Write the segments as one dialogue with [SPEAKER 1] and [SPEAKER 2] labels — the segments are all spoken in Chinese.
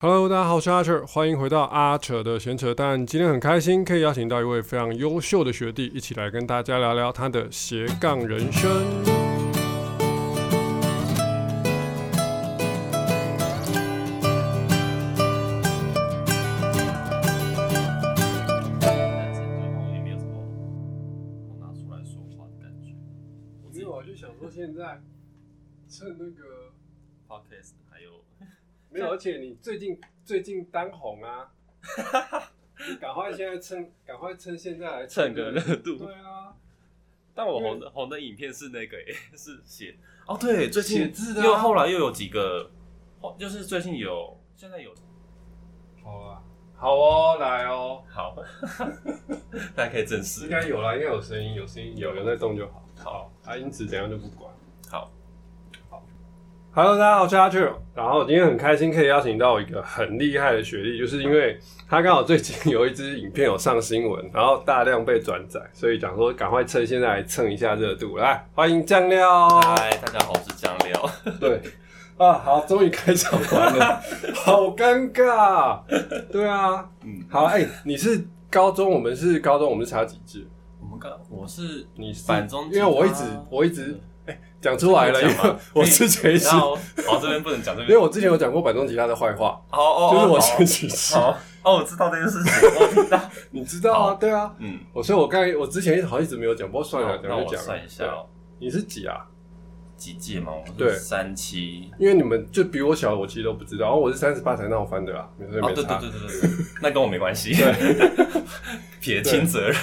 [SPEAKER 1] Hello，大家好，我是阿扯，欢迎回到阿扯的闲扯淡。今天很开心，可以邀请到一位非常优秀的学弟，一起来跟大家聊聊他的斜杠人生。
[SPEAKER 2] 但是最后也没有什么我拿出来说话的感觉。我自
[SPEAKER 1] 没
[SPEAKER 2] 己
[SPEAKER 1] 有，我就想说现在趁那个
[SPEAKER 2] podcast 还有
[SPEAKER 1] 没有，而且你最近最近当红啊， 你赶快现在趁赶快趁现在来
[SPEAKER 2] 蹭个热度
[SPEAKER 1] 对，啊，
[SPEAKER 2] 但我红的红的影片是那个、欸，是写哦，对，最
[SPEAKER 1] 写
[SPEAKER 2] 近
[SPEAKER 1] 字的啊
[SPEAKER 2] 又后来又有几个，哦，就是最近有现在有
[SPEAKER 1] 好啊，好哦，来哦，
[SPEAKER 2] 好，大家可以正
[SPEAKER 1] 应
[SPEAKER 2] 视
[SPEAKER 1] 该有啦，应该有声音，有声音，有有在动就好。好，啊，因此怎样就不管。
[SPEAKER 2] 好，
[SPEAKER 1] Hello，大家好，我是阿雀。然后今天很开心可以邀请到一个很厉害的学历，就是因为他刚好最近有一支影片有上新闻，然后大量被转载，所以讲说赶快趁现在来蹭一下热度。来，欢迎酱料。
[SPEAKER 2] 嗨，大家好，我是酱料，
[SPEAKER 1] 对，啊，好，终于开场完 了，好尴尬。对啊，
[SPEAKER 2] 嗯，
[SPEAKER 1] 好，哎、你是高中，我们是高中，我们是差几届？
[SPEAKER 2] 我们刚我是
[SPEAKER 1] 你是
[SPEAKER 2] 反中吉
[SPEAKER 1] 因为
[SPEAKER 2] 他，
[SPEAKER 1] 我一直我一直哎讲出来了，因为我之前是，
[SPEAKER 2] 然后哦这边不能讲这
[SPEAKER 1] 因为
[SPEAKER 2] 边，
[SPEAKER 1] 我之前有讲过板中吉他的坏话。
[SPEAKER 2] 哦哦，
[SPEAKER 1] 就是我
[SPEAKER 2] 哦
[SPEAKER 1] 前几期，
[SPEAKER 2] 好哦，我知道这件事情，我听到，
[SPEAKER 1] 你知道啊？
[SPEAKER 2] 好
[SPEAKER 1] 对啊，
[SPEAKER 2] 嗯，
[SPEAKER 1] 我所以，我刚才我之前好像一直没有啊讲，不过算
[SPEAKER 2] 那
[SPEAKER 1] 了，等下
[SPEAKER 2] 那我
[SPEAKER 1] 就讲。
[SPEAKER 2] 算一下哦。
[SPEAKER 1] 对，你是几啊？
[SPEAKER 2] 几届吗？我
[SPEAKER 1] 对
[SPEAKER 2] 是三期。
[SPEAKER 1] 因为你们就比我小，我其实都不知道。然后我是三十八才闹翻的啦，没事
[SPEAKER 2] 哦，
[SPEAKER 1] 没
[SPEAKER 2] 对对
[SPEAKER 1] 差。
[SPEAKER 2] 对对对，对那跟我没关系。 撇清责任，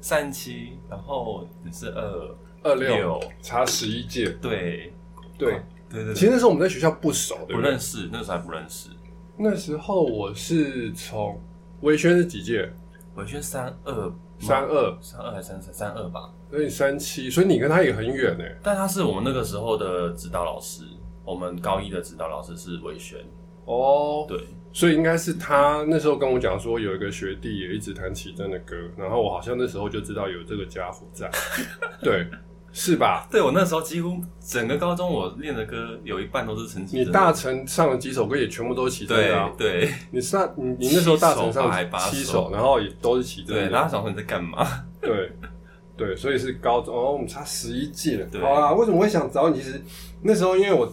[SPEAKER 2] 三期，然后你是二，
[SPEAKER 1] 二六
[SPEAKER 2] 六
[SPEAKER 1] 差十一届，
[SPEAKER 2] 对
[SPEAKER 1] 对。
[SPEAKER 2] 对对
[SPEAKER 1] 其实
[SPEAKER 2] 对，
[SPEAKER 1] 那时候我们在学校不熟，对
[SPEAKER 2] 不
[SPEAKER 1] 不对？
[SPEAKER 2] 认识，那时候还不认识。
[SPEAKER 1] 那时候我是从维轩是几届？
[SPEAKER 2] 我觉得三二
[SPEAKER 1] 三二，
[SPEAKER 2] 三二还是三三三二吧，
[SPEAKER 1] 所以三七，所以你跟他也很远呢。
[SPEAKER 2] 但他是我们那个时候的指导老师，我们高一的指导老师是伟轩，
[SPEAKER 1] 哦，
[SPEAKER 2] 对
[SPEAKER 1] 所以应该是他那时候跟我讲说，有一个学弟也一直弹奇珍的歌，然后我好像那时候就知道有这个家伙 在，对，是吧？
[SPEAKER 2] 对，我那时候几乎整个高中我练的歌有一半都是陈绮贞
[SPEAKER 1] 你
[SPEAKER 2] 的
[SPEAKER 1] 大成上了几首歌也全部都是奇珍
[SPEAKER 2] 对
[SPEAKER 1] 的啊，
[SPEAKER 2] 对
[SPEAKER 1] 你上你你那时候大成上
[SPEAKER 2] 七首吧还八首
[SPEAKER 1] 七首，然后也都是奇
[SPEAKER 2] 对，
[SPEAKER 1] 珍
[SPEAKER 2] 然
[SPEAKER 1] 的，
[SPEAKER 2] 后想说你在干嘛？
[SPEAKER 1] 对对，所以是高中哦，我们差十一届
[SPEAKER 2] 对，
[SPEAKER 1] 好啦，为什么会想找你？其实那时候因为我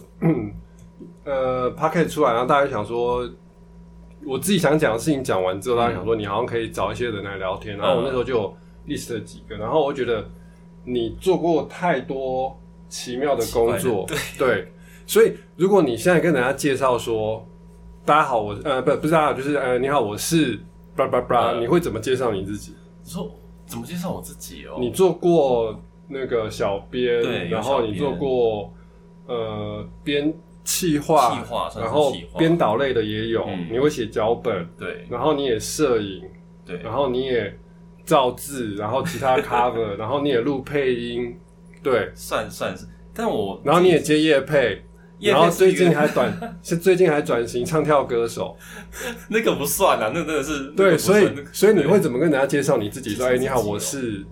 [SPEAKER 1] 呃 p o c k e t 出来，然后大家想说。我自己想讲的事情讲完之后，大家想说你好像可以找一些人来聊天，然后我那时候就有 list 了几个，然后我觉得你做过太多奇妙的工作，对，所以如果你现在跟大家介绍说，大家好，我呃不不是大家好，就是呃你好，我是叭叭叭，
[SPEAKER 2] 嗯
[SPEAKER 1] 你会怎么介绍你自己？
[SPEAKER 2] 你说怎么介绍我自己哦？
[SPEAKER 1] 你做过那个小编，
[SPEAKER 2] 对
[SPEAKER 1] 然后
[SPEAKER 2] 有小
[SPEAKER 1] 你
[SPEAKER 2] 编
[SPEAKER 1] 做过呃编企划，
[SPEAKER 2] 企划算
[SPEAKER 1] 然
[SPEAKER 2] 是
[SPEAKER 1] 后
[SPEAKER 2] 企划
[SPEAKER 1] 编导类的也有，
[SPEAKER 2] 嗯
[SPEAKER 1] 你会写脚本，
[SPEAKER 2] 对
[SPEAKER 1] 然后你也摄影，
[SPEAKER 2] 对
[SPEAKER 1] 然后你也造字，然后其他 cover，然后你也录配音，对，
[SPEAKER 2] 算算是，但我
[SPEAKER 1] 然后你也接夜配，
[SPEAKER 2] 业
[SPEAKER 1] 然后
[SPEAKER 2] 配是
[SPEAKER 1] 最
[SPEAKER 2] 一个
[SPEAKER 1] 近还 转是最近还转型唱跳歌手，
[SPEAKER 2] 那个不算啊，那个真的是那个
[SPEAKER 1] 对，
[SPEAKER 2] 不
[SPEAKER 1] 所
[SPEAKER 2] 算
[SPEAKER 1] 以
[SPEAKER 2] 那个
[SPEAKER 1] 所以你会怎么跟人家介绍你自己？说，
[SPEAKER 2] 介绍
[SPEAKER 1] 哎，
[SPEAKER 2] 自己
[SPEAKER 1] 你好，
[SPEAKER 2] 哦
[SPEAKER 1] 我是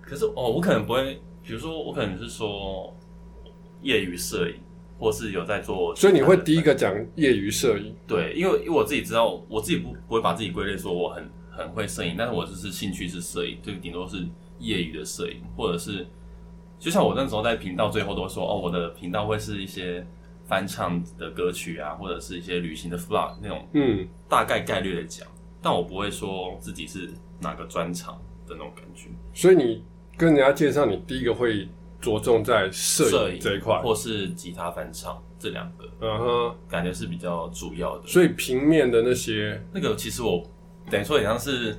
[SPEAKER 2] 可是哦，我可能不会，比如说我可能是说业余摄影，或是有在做，
[SPEAKER 1] 所以你会第一个讲业余摄影，
[SPEAKER 2] 对，因为因为我自己知道，我自己不不会把自己归类说我很很会摄影，但是我就是兴趣是摄影，就顶多是业余的摄影，或者是就像我那时候在频道最后都会说哦，我的频道会是一些翻唱的歌曲啊，或者是一些旅行的 vlog 那种
[SPEAKER 1] 嗯，
[SPEAKER 2] 大概概率的讲，但我不会说自己是哪个专场的那种感觉，
[SPEAKER 1] 所以你跟人家介绍，你第一个会着重在摄影这一块，
[SPEAKER 2] 或是吉他翻唱这两个，
[SPEAKER 1] 嗯哼，
[SPEAKER 2] 感觉是比较主要的。
[SPEAKER 1] 所以平面的那些，
[SPEAKER 2] 那个其实我等于说也像是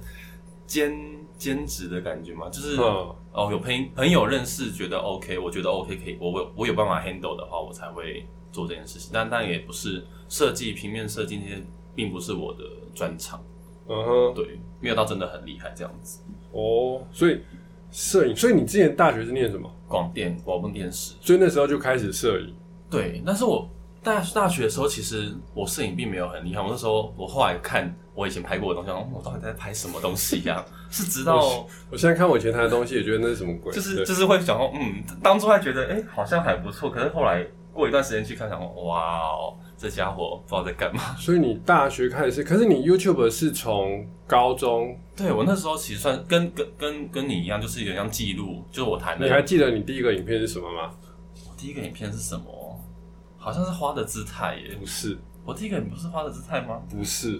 [SPEAKER 2] 兼兼职的感觉嘛，就是、
[SPEAKER 1] 嗯，
[SPEAKER 2] 哦有朋朋友认识觉得 OK，我觉得 OK 可以，我我我有办法 handle 的话，我才会做这件事情。但但也不是设计平面设计那些，并不是我的专长，
[SPEAKER 1] 嗯哼，
[SPEAKER 2] 对，没有到真的很厉害这样子。
[SPEAKER 1] 哦，所以摄影，所以你之前大学是念什么？
[SPEAKER 2] 广电广播电视，
[SPEAKER 1] 所以那时候就开始摄影，
[SPEAKER 2] 对，但是我大大学的时候，其实我摄影并没有很厉害。我那时候，我后来看我以前拍过的东西，然后我到底在拍什么东西呀、 是直到
[SPEAKER 1] 我现在看我以前谈的东西，也觉得那是什么鬼，
[SPEAKER 2] 就是
[SPEAKER 1] 对
[SPEAKER 2] 就是会想说，嗯，当初还觉得哎、好像还不错，可是后来过一段时间去看，想说哇哦，这家伙不知道在干嘛。
[SPEAKER 1] 所以你大学开始是，可是你 YouTube 是从高中，
[SPEAKER 2] 对我那时候其实算跟跟跟跟你一样，就是有点像记录，就是我谈
[SPEAKER 1] 你还
[SPEAKER 2] 的
[SPEAKER 1] 记得你第一个影片是什么吗？
[SPEAKER 2] 我第一个影片是什么？好像是花的姿态耶。
[SPEAKER 1] 不是，
[SPEAKER 2] 我第一个影不是花的姿态吗？
[SPEAKER 1] 不是，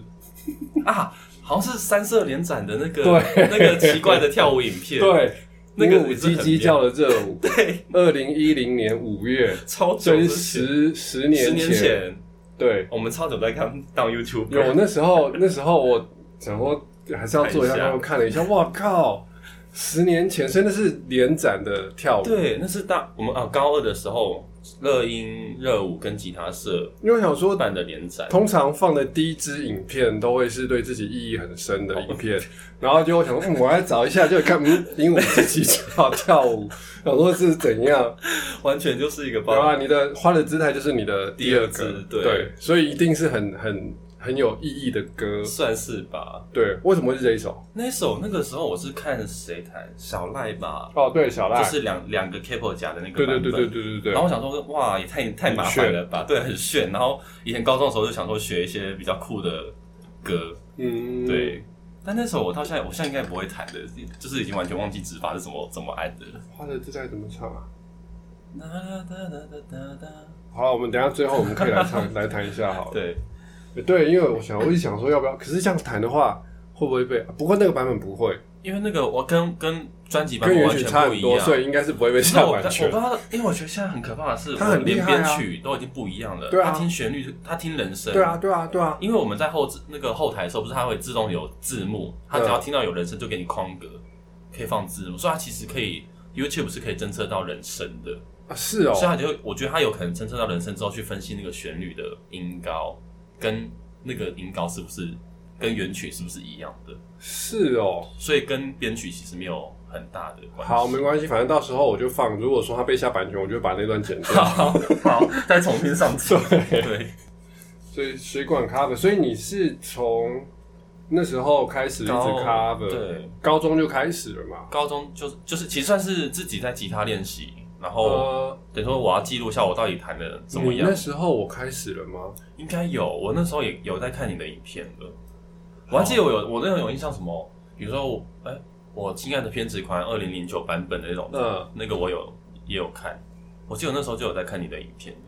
[SPEAKER 2] 啊，好像是三色连展的那个
[SPEAKER 1] 对
[SPEAKER 2] 那个奇怪的跳舞影片。
[SPEAKER 1] 对，
[SPEAKER 2] 那个
[SPEAKER 1] 五
[SPEAKER 2] 也是很
[SPEAKER 1] 鸡鸡叫的热舞，
[SPEAKER 2] 对，
[SPEAKER 1] 二零一零年五月，
[SPEAKER 2] 超久
[SPEAKER 1] 所以
[SPEAKER 2] 之前，
[SPEAKER 1] 十十
[SPEAKER 2] 十
[SPEAKER 1] 年
[SPEAKER 2] 年
[SPEAKER 1] 前，
[SPEAKER 2] 前，
[SPEAKER 1] 对，
[SPEAKER 2] 我们超久在看当 YouTube。
[SPEAKER 1] 有那时候那时候我想说还是要做一下，
[SPEAKER 2] 看一下
[SPEAKER 1] 然后看了一下，哇靠，十年前，所以那是连展的跳舞，
[SPEAKER 2] 对，那是大我们啊高二的时候，乐音热舞跟吉他社
[SPEAKER 1] 因为我想说
[SPEAKER 2] 办的联展。
[SPEAKER 1] 通常放的第一支影片都会是对自己意义很深的影
[SPEAKER 2] 哦
[SPEAKER 1] 片，然后就会想说，嗯，我来找一下，就看嗯，零五自己跳跳舞， 想说是怎样，
[SPEAKER 2] 完全就是一个
[SPEAKER 1] 对
[SPEAKER 2] 包。
[SPEAKER 1] 吧？你的花的姿态就是你的第二
[SPEAKER 2] 第
[SPEAKER 1] 个
[SPEAKER 2] 二支，对
[SPEAKER 1] 所以一定是很很很有意义的歌，
[SPEAKER 2] 算是吧。
[SPEAKER 1] 对。为什么会是这一首？
[SPEAKER 2] 那一首那个时候我是看谁弹小赖吧，
[SPEAKER 1] 哦，对，小赖
[SPEAKER 2] 就，是两两个 Capo 夹的那个
[SPEAKER 1] 对
[SPEAKER 2] 版
[SPEAKER 1] 对对
[SPEAKER 2] 本。
[SPEAKER 1] 对对对对
[SPEAKER 2] 然后我想说，哇，也太太麻烦了吧？对，很炫。然后以前高中的时候就想说学一些比较酷的歌，
[SPEAKER 1] 嗯，
[SPEAKER 2] 对。但那时候我到现在，我现在应该不会弹的，就是已经完全忘记指法是怎么怎么按的了。
[SPEAKER 1] 花的姿态怎么唱啊？
[SPEAKER 2] 哒哒哒哒哒哒。
[SPEAKER 1] 好，我们等一下最后我们可以来唱来弹一下好了。
[SPEAKER 2] 对，
[SPEAKER 1] 对，因为我想我一直想说要不要，可是这样弹的话会不会被？不过那个版本不会，
[SPEAKER 2] 因为那个我跟跟专辑版
[SPEAKER 1] 跟
[SPEAKER 2] 本
[SPEAKER 1] 原
[SPEAKER 2] 完
[SPEAKER 1] 曲
[SPEAKER 2] 全
[SPEAKER 1] 差
[SPEAKER 2] 不
[SPEAKER 1] 很
[SPEAKER 2] 一
[SPEAKER 1] 多，
[SPEAKER 2] 样。
[SPEAKER 1] 所以应该是不会被
[SPEAKER 2] 其实
[SPEAKER 1] 下
[SPEAKER 2] 我我
[SPEAKER 1] 版
[SPEAKER 2] 不知
[SPEAKER 1] 权。
[SPEAKER 2] 道，因为我觉得现在很可怕的是，
[SPEAKER 1] 他很
[SPEAKER 2] 我连
[SPEAKER 1] 厉害
[SPEAKER 2] 编
[SPEAKER 1] 啊
[SPEAKER 2] 曲都已经不一样了。
[SPEAKER 1] 对啊
[SPEAKER 2] 他听旋律，他听人声。
[SPEAKER 1] 对啊，对啊，对啊，
[SPEAKER 2] 因为我们在后置那个后台的时候，不是它会自动有字幕，它只要听到有人声就给你框格，可以放字幕，所以它其实可以 YouTube 是可以侦测到人声的，
[SPEAKER 1] 啊是哦
[SPEAKER 2] 所以，它就会我觉得它有可能侦测到人声之后去分析那个旋律的音高跟那个音高是不是跟原曲是不是一样的，
[SPEAKER 1] 是哦。
[SPEAKER 2] 所以跟编曲其实没有很大的关系。
[SPEAKER 1] 好，没关系，反正到时候我就放。如果说他被下版权，我就把那段剪 掉。
[SPEAKER 2] 好，好，再重新上 次。对，
[SPEAKER 1] 所以水管 cover，所以你是从那时候开始一直
[SPEAKER 2] 高
[SPEAKER 1] cover，
[SPEAKER 2] 对，
[SPEAKER 1] 高中就开始了嘛。
[SPEAKER 2] 高中就是就是其实算是自己在吉他练习，然后。
[SPEAKER 1] 呃，
[SPEAKER 2] 等于说我要记录一下我到底弹的怎么
[SPEAKER 1] 你
[SPEAKER 2] 样
[SPEAKER 1] 那。时候我开始了吗？
[SPEAKER 2] 应该有，我那时候也有在看你的影片的。我还记得我有我那时候有印象什么，比如说我哎、我亲爱的偏执款二零零九版本的那种，
[SPEAKER 1] 嗯，
[SPEAKER 2] 那个我有也有看。我记得我那时候就有在看你的影片的。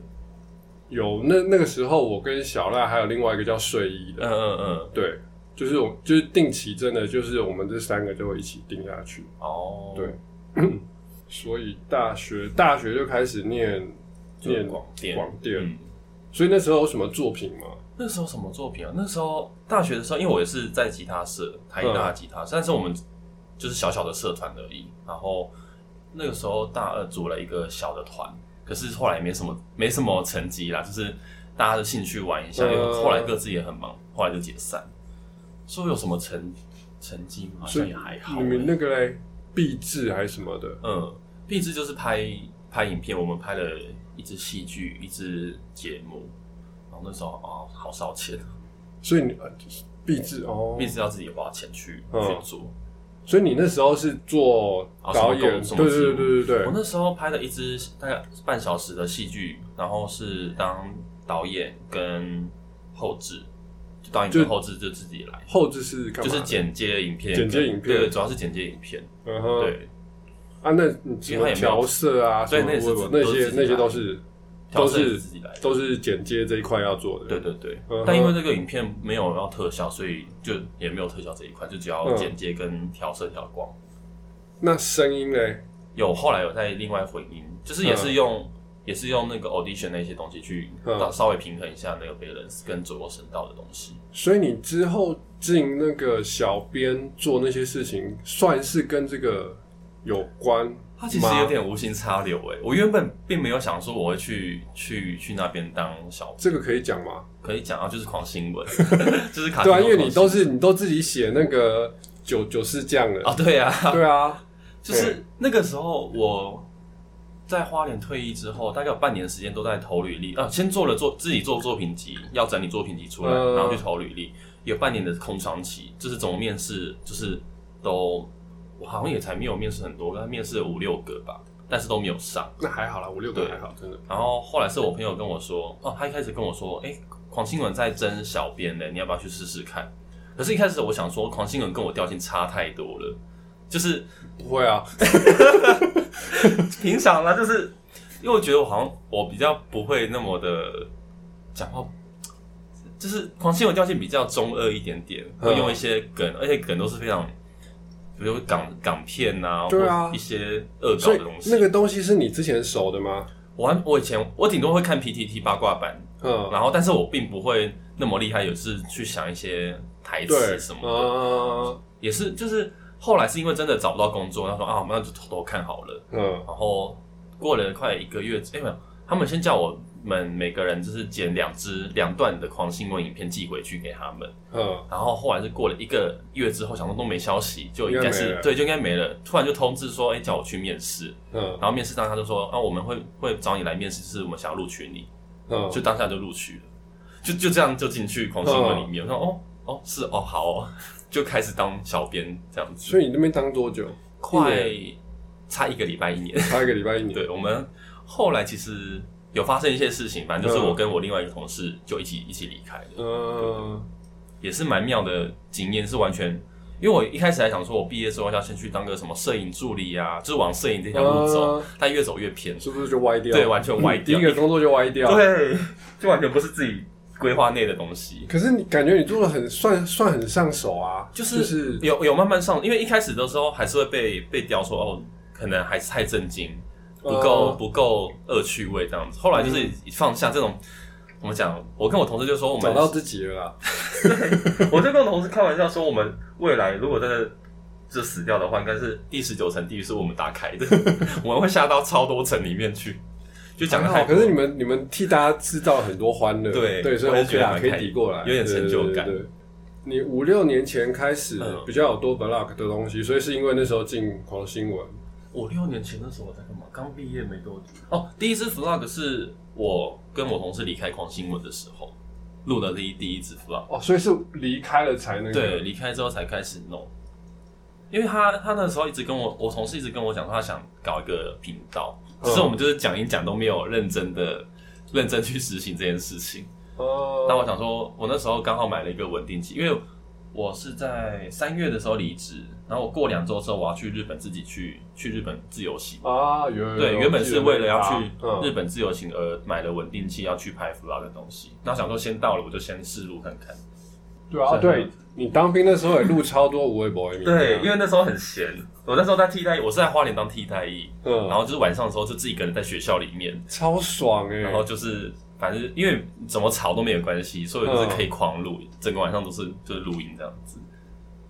[SPEAKER 1] 有，那那个时候我跟小赖还有另外一个叫睡衣的，
[SPEAKER 2] 嗯嗯嗯，
[SPEAKER 1] 对，就是我就是定期真的就是我们这三个就会一起定下去。
[SPEAKER 2] 哦，
[SPEAKER 1] 对，所以大学大学就开始念
[SPEAKER 2] 就是
[SPEAKER 1] 念
[SPEAKER 2] 广电。
[SPEAKER 1] 广电，
[SPEAKER 2] 嗯
[SPEAKER 1] 所以那时候有什么作品吗？
[SPEAKER 2] 那时候什么作品啊？那时候大学的时候，因为我也是在吉他社，台
[SPEAKER 1] 嗯
[SPEAKER 2] 大吉他社，但是我们就是小小的社团而已。然后那个时候大二组了一个小的团，可是后来没什么没什么成绩啦，就是大家的兴趣玩一下，
[SPEAKER 1] 嗯
[SPEAKER 2] 因为后来各自也很忙，后来就解散。说有什么成成绩吗？好
[SPEAKER 1] 所
[SPEAKER 2] 像
[SPEAKER 1] 以
[SPEAKER 2] 也还好、
[SPEAKER 1] 你们
[SPEAKER 2] 欸。
[SPEAKER 1] 那个嘞，壁纸还是什么的？
[SPEAKER 2] 嗯，毕之就是拍拍影片，我们拍了一支戏剧，一支节目。然后那时候啊、哦好烧钱。
[SPEAKER 1] 所以你呃壁纸哦
[SPEAKER 2] 必，须要自己花钱去、
[SPEAKER 1] 嗯
[SPEAKER 2] 去做。
[SPEAKER 1] 所以你那时候是做
[SPEAKER 2] 啊
[SPEAKER 1] 导
[SPEAKER 2] 什么
[SPEAKER 1] 演，
[SPEAKER 2] 工什
[SPEAKER 1] 对
[SPEAKER 2] 么
[SPEAKER 1] 对对
[SPEAKER 2] 职务
[SPEAKER 1] 对对
[SPEAKER 2] 我
[SPEAKER 1] 对，
[SPEAKER 2] 那时候拍了一支大概半小时的戏剧，然后是当导演跟后置，就导演
[SPEAKER 1] 就
[SPEAKER 2] 跟后置就自己来，
[SPEAKER 1] 后置是干
[SPEAKER 2] 就
[SPEAKER 1] 嘛的？
[SPEAKER 2] 是剪接影片
[SPEAKER 1] 剪
[SPEAKER 2] 跟，
[SPEAKER 1] 接影片
[SPEAKER 2] 对，主要是剪接影片，
[SPEAKER 1] 嗯哼，
[SPEAKER 2] 对，
[SPEAKER 1] 啊，那你什
[SPEAKER 2] 因为
[SPEAKER 1] 么
[SPEAKER 2] 它也没有
[SPEAKER 1] 调色啊，什
[SPEAKER 2] 对
[SPEAKER 1] 么
[SPEAKER 2] 那也是
[SPEAKER 1] 那
[SPEAKER 2] 都是
[SPEAKER 1] 些
[SPEAKER 2] 自己
[SPEAKER 1] 那些
[SPEAKER 2] 来
[SPEAKER 1] 都是
[SPEAKER 2] 调
[SPEAKER 1] 都
[SPEAKER 2] 色也
[SPEAKER 1] 是
[SPEAKER 2] 是自己来的，
[SPEAKER 1] 都是剪接这一块要做的，
[SPEAKER 2] 对对对
[SPEAKER 1] 嗯哼。
[SPEAKER 2] 但因为这个影片没有要特效，所以就也没有特效这一块，就只要
[SPEAKER 1] 嗯
[SPEAKER 2] 剪接跟调色调光。
[SPEAKER 1] 那声音嘞，
[SPEAKER 2] 有后来有在另外混音，就是也是用、也是用那个 audition 那些东西去
[SPEAKER 1] 嗯
[SPEAKER 2] 到稍微平衡一下那个 balance 跟左右声道的东西。
[SPEAKER 1] 所以你之后进那个小编做那些事情，算是跟这个有关吗？
[SPEAKER 2] 它其实有点无心插柳哎、我原本并没有想说我会去去去那边当小，
[SPEAKER 1] 这个可以讲吗？
[SPEAKER 2] 可以讲啊，就是狂新闻， 就是卡
[SPEAKER 1] 对啊，
[SPEAKER 2] 西
[SPEAKER 1] 因
[SPEAKER 2] 诺
[SPEAKER 1] 为你都
[SPEAKER 2] 狂新
[SPEAKER 1] 是你都自己写那个九九四酱
[SPEAKER 2] 闻
[SPEAKER 1] 了，
[SPEAKER 2] 啊，对啊，
[SPEAKER 1] 对啊，
[SPEAKER 2] 就是那个时候我在花莲退役之后，大概有半年时间都在投履历啊，先做了作自己做作品集，要整理作品集出来，
[SPEAKER 1] 嗯
[SPEAKER 2] 然后去投履历，有半年的空窗期，就是总面试就是都我好像也才没有面试很多，但面试了五六个吧，但是都没有上。
[SPEAKER 1] 那还好啦，五六个
[SPEAKER 2] 对
[SPEAKER 1] 还好，真的。
[SPEAKER 2] 然后后来是我朋友跟我说，哦，他一开始跟我说，哎，狂新闻在争小编呢，你要不要去试试看？可是，一开始我想说，狂新闻跟我调性差太多了，就是
[SPEAKER 1] 不会啊，
[SPEAKER 2] 平常啦，就是因为我觉得我好像我比较不会那么的讲话，就是狂新闻调性比较中二一点点，
[SPEAKER 1] 嗯
[SPEAKER 2] 会用一些梗，而且梗都是非常，比如港港片啊，
[SPEAKER 1] 对啊
[SPEAKER 2] 或一些恶搞
[SPEAKER 1] 所
[SPEAKER 2] 的
[SPEAKER 1] 以
[SPEAKER 2] 东西。
[SPEAKER 1] 那个东西是你之前熟的吗？
[SPEAKER 2] 我还我以前我顶多会看 PTT 八卦版，
[SPEAKER 1] 嗯，
[SPEAKER 2] 然后但是我并不会那么厉害，有是去想一些台
[SPEAKER 1] 对
[SPEAKER 2] 词什，么的，
[SPEAKER 1] 嗯
[SPEAKER 2] 也是就是后来是因为真的找不到工作，他说啊，那就偷偷看好了。
[SPEAKER 1] 嗯
[SPEAKER 2] 然后过了快一个月，哎、没有，他们先叫我们每个人就是剪两支两段的狂新闻影片寄回去给他们，
[SPEAKER 1] 嗯，
[SPEAKER 2] 然后后来是过了一个月之后，想说都没消息，就应
[SPEAKER 1] 应
[SPEAKER 2] 该
[SPEAKER 1] 该没
[SPEAKER 2] 是
[SPEAKER 1] 了
[SPEAKER 2] 对，就应该没了。突然就通知说，哎、叫我去面试，
[SPEAKER 1] 嗯
[SPEAKER 2] 然后面试当下就说，啊，我们会会找你来面试，就是我们想要录取你，
[SPEAKER 1] 嗯，
[SPEAKER 2] 就当下就录取了，就就这样就进去狂新闻里面，
[SPEAKER 1] 嗯
[SPEAKER 2] 我说哦哦是哦好哦， 就开始当小编这样子，
[SPEAKER 1] 所以你那边当多久？
[SPEAKER 2] 快差一个礼拜一年。
[SPEAKER 1] 差一个礼拜一年。
[SPEAKER 2] 对，我们后来其实有发生一些事情，反正就是我跟我另外一个同事就一起一起离开了，
[SPEAKER 1] 嗯
[SPEAKER 2] 也是蛮妙的经验，是完全因为我一开始还想说，我毕业之后要先去当个什么摄影助理啊，就是往摄影这条路走，
[SPEAKER 1] 嗯
[SPEAKER 2] 但越走越偏，
[SPEAKER 1] 是不是就歪掉？
[SPEAKER 2] 对，完全歪
[SPEAKER 1] 第
[SPEAKER 2] 掉，
[SPEAKER 1] 一个工作就歪掉。。
[SPEAKER 2] 对， 就完全不是自己规划内的东西。
[SPEAKER 1] 可是你感觉你做的很算算很上手啊，
[SPEAKER 2] 就是
[SPEAKER 1] 就是
[SPEAKER 2] 有有慢慢上，因为一开始的时候还是会被被雕说哦，可能还是太震惊，不够、
[SPEAKER 1] 呃
[SPEAKER 2] 不够恶趣味这样子。后来
[SPEAKER 1] 嗯
[SPEAKER 2] 就是放下这种，怎么讲？我跟我同事就说，我
[SPEAKER 1] 找
[SPEAKER 2] 们
[SPEAKER 1] 到自己了啦。
[SPEAKER 2] 我就跟我同事开玩笑说，我们未来如果真的就死掉的话，应该是第十九层地狱是我们打开的， 我们会下到超多层里面去。就讲的
[SPEAKER 1] 还
[SPEAKER 2] 太
[SPEAKER 1] 好，
[SPEAKER 2] 多
[SPEAKER 1] 啊可是你们你们替大家制造很多欢乐，
[SPEAKER 2] 对
[SPEAKER 1] 对，所以
[SPEAKER 2] 我也觉
[SPEAKER 1] OK
[SPEAKER 2] 得
[SPEAKER 1] 啦，
[SPEAKER 2] 蛮
[SPEAKER 1] 可以
[SPEAKER 2] 开
[SPEAKER 1] 抵
[SPEAKER 2] 心
[SPEAKER 1] 过来，
[SPEAKER 2] 有点
[SPEAKER 1] 对
[SPEAKER 2] 成就
[SPEAKER 1] 对对
[SPEAKER 2] 感
[SPEAKER 1] 对你五六年前开始
[SPEAKER 2] 嗯
[SPEAKER 1] 比较有多 blog 的东西，所以是因为那时候进狂新闻，
[SPEAKER 2] 我六年前那时候我在干嘛？刚毕业没多久。哦，第一支 vlog 是我跟我同事离开狂新闻的时候录的第一第一支 vlog。
[SPEAKER 1] 哦，所以是离开了才那个，
[SPEAKER 2] 对，，离开之后才开始弄，因为他他那时候一直跟我，我同事一直跟我讲，他想搞一个频道，只是
[SPEAKER 1] 嗯
[SPEAKER 2] 我们就是讲一讲都没有认真的认真去实行这件事情。
[SPEAKER 1] 哦，
[SPEAKER 2] 那我想说，我那时候刚好买了一个稳定期，因为我是在三月的时候离职，然后我过两周之后我要去日本自己去去日本自由行。
[SPEAKER 1] 啊，原
[SPEAKER 2] 对，原本是为了要去日
[SPEAKER 1] 嗯，
[SPEAKER 2] 本自由行而买了稳定器，要去拍 vlog 的东西。那想说先到了，我就先试录看看。
[SPEAKER 1] 对啊，
[SPEAKER 2] 是
[SPEAKER 1] 对你当兵那时候也录超多无畏 boy，
[SPEAKER 2] 因为那时候很闲，我那时候在替代役，我是在花莲当替代役，
[SPEAKER 1] 嗯，
[SPEAKER 2] 然后就是晚上的时候就自己一个人在学校里面，
[SPEAKER 1] 超爽哎，
[SPEAKER 2] 然后就是反正因为怎么吵都没有关系，所以就是可以狂录，整个晚上都是就是录音这样子。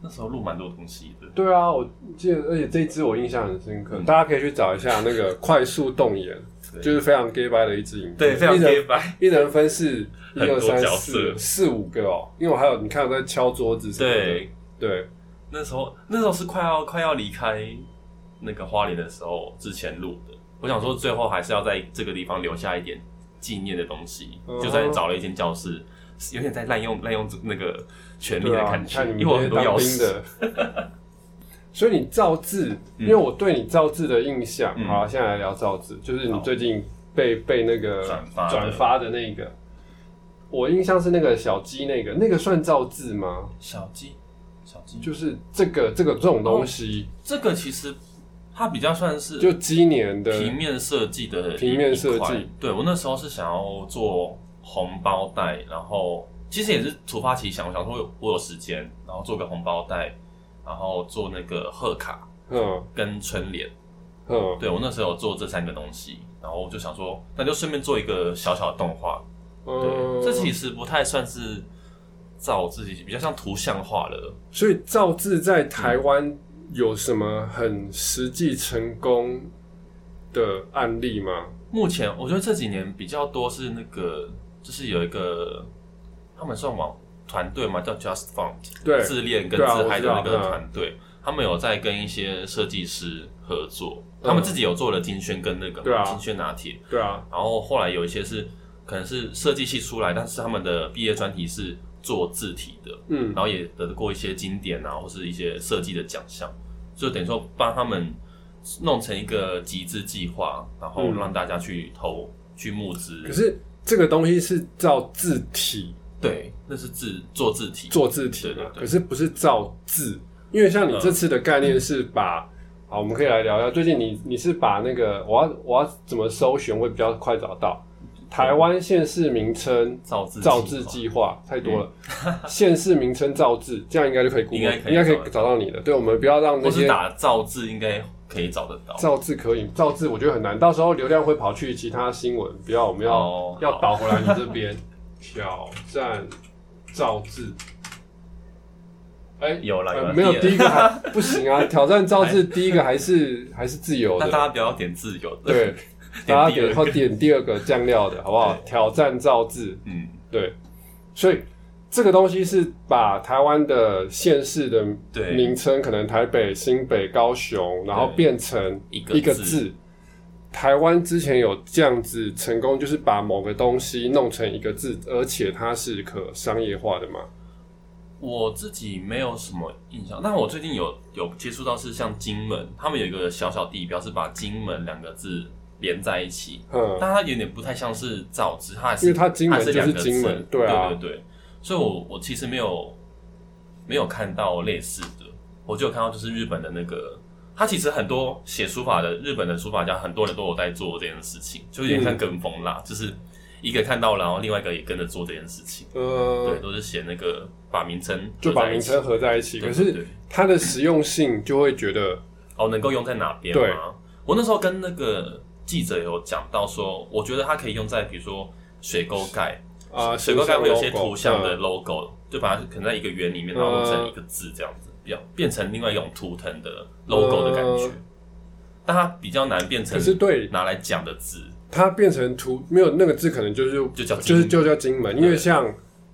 [SPEAKER 2] 那时候录蛮多东西的，
[SPEAKER 1] 对啊，我记得，而且这一支我印象很深刻，
[SPEAKER 2] 嗯
[SPEAKER 1] 大家可以去找一下那个快速动眼，
[SPEAKER 2] 对
[SPEAKER 1] 就是非常 gay 白的一支影片，
[SPEAKER 2] 对，非常
[SPEAKER 1] 一人
[SPEAKER 2] gay 白，
[SPEAKER 1] 一人分饰一
[SPEAKER 2] 很多
[SPEAKER 1] 二三
[SPEAKER 2] 角
[SPEAKER 1] 四
[SPEAKER 2] 色
[SPEAKER 1] 四五个哦，因为我还有你看我在敲桌子什么的，
[SPEAKER 2] 对，
[SPEAKER 1] 对，
[SPEAKER 2] 那时候那时候是快要快要离开那个花莲的时候之前录的。我想说，最后还是要在这个地方留下一点纪念的东西，
[SPEAKER 1] 嗯
[SPEAKER 2] 就在找了一间教室，有点在滥用滥用那个权利
[SPEAKER 1] 对
[SPEAKER 2] 的
[SPEAKER 1] 啊，
[SPEAKER 2] 感
[SPEAKER 1] 你
[SPEAKER 2] 觉，
[SPEAKER 1] 看你
[SPEAKER 2] 因为我
[SPEAKER 1] 们
[SPEAKER 2] 很
[SPEAKER 1] 这
[SPEAKER 2] 多
[SPEAKER 1] 些当
[SPEAKER 2] 钥
[SPEAKER 1] 兵
[SPEAKER 2] 匙。
[SPEAKER 1] 的。 所以你造字，
[SPEAKER 2] 嗯
[SPEAKER 1] 因为我对你造字的印象，
[SPEAKER 2] 嗯
[SPEAKER 1] 好，现在来聊造字，就是你
[SPEAKER 2] 好
[SPEAKER 1] 最近被被那个
[SPEAKER 2] 转发的
[SPEAKER 1] 转发的那个，我印象是那个小鸡那个，那个算造字吗？
[SPEAKER 2] 小鸡，小鸡，
[SPEAKER 1] 就是这个这个这种东西，
[SPEAKER 2] 这个其实它比较算是
[SPEAKER 1] 就今年的
[SPEAKER 2] 哦平面设计的一
[SPEAKER 1] 平面设计
[SPEAKER 2] 一块对我那时候是想要做红包袋，然后其实也是突发奇想，我想说我有时间，然后做个红包袋，然后做那个贺卡
[SPEAKER 1] 嗯
[SPEAKER 2] 跟春联。
[SPEAKER 1] 嗯
[SPEAKER 2] 对我那时候有做这三个东西，然后我就想说，那就顺便做一个小小的动画。对，
[SPEAKER 1] 嗯，
[SPEAKER 2] 这其实不太算是照自己，比较像图像化了。
[SPEAKER 1] 所以造字在台湾有什么很实际成功的案例吗？
[SPEAKER 2] 目前我觉得这几年比较多是那个，就是有一个他们算网团队嘛，叫 Just Font，
[SPEAKER 1] 对
[SPEAKER 2] 自恋跟
[SPEAKER 1] 对啊
[SPEAKER 2] 自嗨的那
[SPEAKER 1] 我知
[SPEAKER 2] 个
[SPEAKER 1] 道
[SPEAKER 2] 团队，他们有在跟一些设计师合作，
[SPEAKER 1] 嗯
[SPEAKER 2] 他们自己有做了金萱跟那个嘛
[SPEAKER 1] 对啊
[SPEAKER 2] 金萱拿铁，
[SPEAKER 1] 对啊，
[SPEAKER 2] 然后后来有一些是可能是设计系出来，但是他们的毕业专题是做字体的，
[SPEAKER 1] 嗯
[SPEAKER 2] 然后也得过一些经典啊，或是一些设计的奖项，就等于说帮他们弄成一个集资计划，然后让大家去投、去募资。
[SPEAKER 1] 嗯可是这个东西是照字体
[SPEAKER 2] 对，那是字做字体，
[SPEAKER 1] 做字体嘛
[SPEAKER 2] 对对，对
[SPEAKER 1] 可是不是照字，因为像你这次的概念是
[SPEAKER 2] 嗯
[SPEAKER 1] 把，好，我们可以来聊聊。最近你你是把那个我要我要怎么搜寻会比较快找到台湾县市名称
[SPEAKER 2] 造字
[SPEAKER 1] 造字计划太多了，县市名称造字，这样应该就可以 Google，
[SPEAKER 2] 嗯应该可以
[SPEAKER 1] 应该可以
[SPEAKER 2] 找得
[SPEAKER 1] 找到你的。对，我们不要让那
[SPEAKER 2] 或是
[SPEAKER 1] 些
[SPEAKER 2] 打造字应该可以找得到。
[SPEAKER 1] 造字可以造字，我觉得很难，到时候流量会跑去其他新闻，不要我们要、
[SPEAKER 2] 哦
[SPEAKER 1] 要倒回来你这边挑战造字，哎、
[SPEAKER 2] 有了，有
[SPEAKER 1] 呃
[SPEAKER 2] 了，
[SPEAKER 1] 没有第一
[SPEAKER 2] 一。哎
[SPEAKER 1] 个还不行 啊！挑战造字第一个还是还是自由
[SPEAKER 2] 那
[SPEAKER 1] 的，
[SPEAKER 2] 大家不要点自由的，
[SPEAKER 1] 对，
[SPEAKER 2] 第
[SPEAKER 1] 大
[SPEAKER 2] 二
[SPEAKER 1] 家点
[SPEAKER 2] 个
[SPEAKER 1] 后点第二个酱料的好不好？挑战造字，
[SPEAKER 2] 嗯，
[SPEAKER 1] 对，所以这个东西是把台湾的县市的
[SPEAKER 2] 对
[SPEAKER 1] 名称，可能台北、新北、高雄，然后
[SPEAKER 2] 对
[SPEAKER 1] 变成
[SPEAKER 2] 一个
[SPEAKER 1] 一个
[SPEAKER 2] 字
[SPEAKER 1] 字。台湾之前有这样子成功，就是把某个东西弄成一个字，而且它是可商业化的嘛？
[SPEAKER 2] 我自己没有什么印象，但我最近有有接触到是像金门，他们有一个小小地标是把金门两个字连在一起，
[SPEAKER 1] 嗯，
[SPEAKER 2] 但它有点不太像是造字，它还是
[SPEAKER 1] 因为它金门
[SPEAKER 2] 还是
[SPEAKER 1] 就
[SPEAKER 2] 两
[SPEAKER 1] 是
[SPEAKER 2] 个
[SPEAKER 1] 金门
[SPEAKER 2] 字
[SPEAKER 1] 对啊
[SPEAKER 2] 对对对，所以我我其实没有没有看到类似的，我就有看到就是日本的那个，它其实很多写书法的日本的书法家，很多人都有在做这件事情，就有点
[SPEAKER 1] 嗯
[SPEAKER 2] 像跟风啦，就是一个看到了，然后另外一个也跟着做这件事情，
[SPEAKER 1] 呃
[SPEAKER 2] 对，，都是写那个把名称
[SPEAKER 1] 就把
[SPEAKER 2] 合在一
[SPEAKER 1] 名
[SPEAKER 2] 起
[SPEAKER 1] 称合在一起。
[SPEAKER 2] 对
[SPEAKER 1] 可
[SPEAKER 2] 对
[SPEAKER 1] 是
[SPEAKER 2] 对
[SPEAKER 1] 它的实用性就会觉得，
[SPEAKER 2] 哦，能够用在哪边
[SPEAKER 1] 对
[SPEAKER 2] 吗？我那时候跟那个记者有讲到说，我觉得它可以用在比如说水沟盖，
[SPEAKER 1] 啊，
[SPEAKER 2] 水沟盖会有一些图像的
[SPEAKER 1] 嗯
[SPEAKER 2] logo，、就把它可能在一个圆里面，然后弄成一个字这样子，比较变成另外一种图腾的 logo 的感觉。
[SPEAKER 1] 嗯
[SPEAKER 2] 但它比较难变成
[SPEAKER 1] 可是对
[SPEAKER 2] 拿来讲的字，
[SPEAKER 1] 它变成图没有那个字，可能就是
[SPEAKER 2] 就叫
[SPEAKER 1] 就是
[SPEAKER 2] 金
[SPEAKER 1] 就叫金门，因为像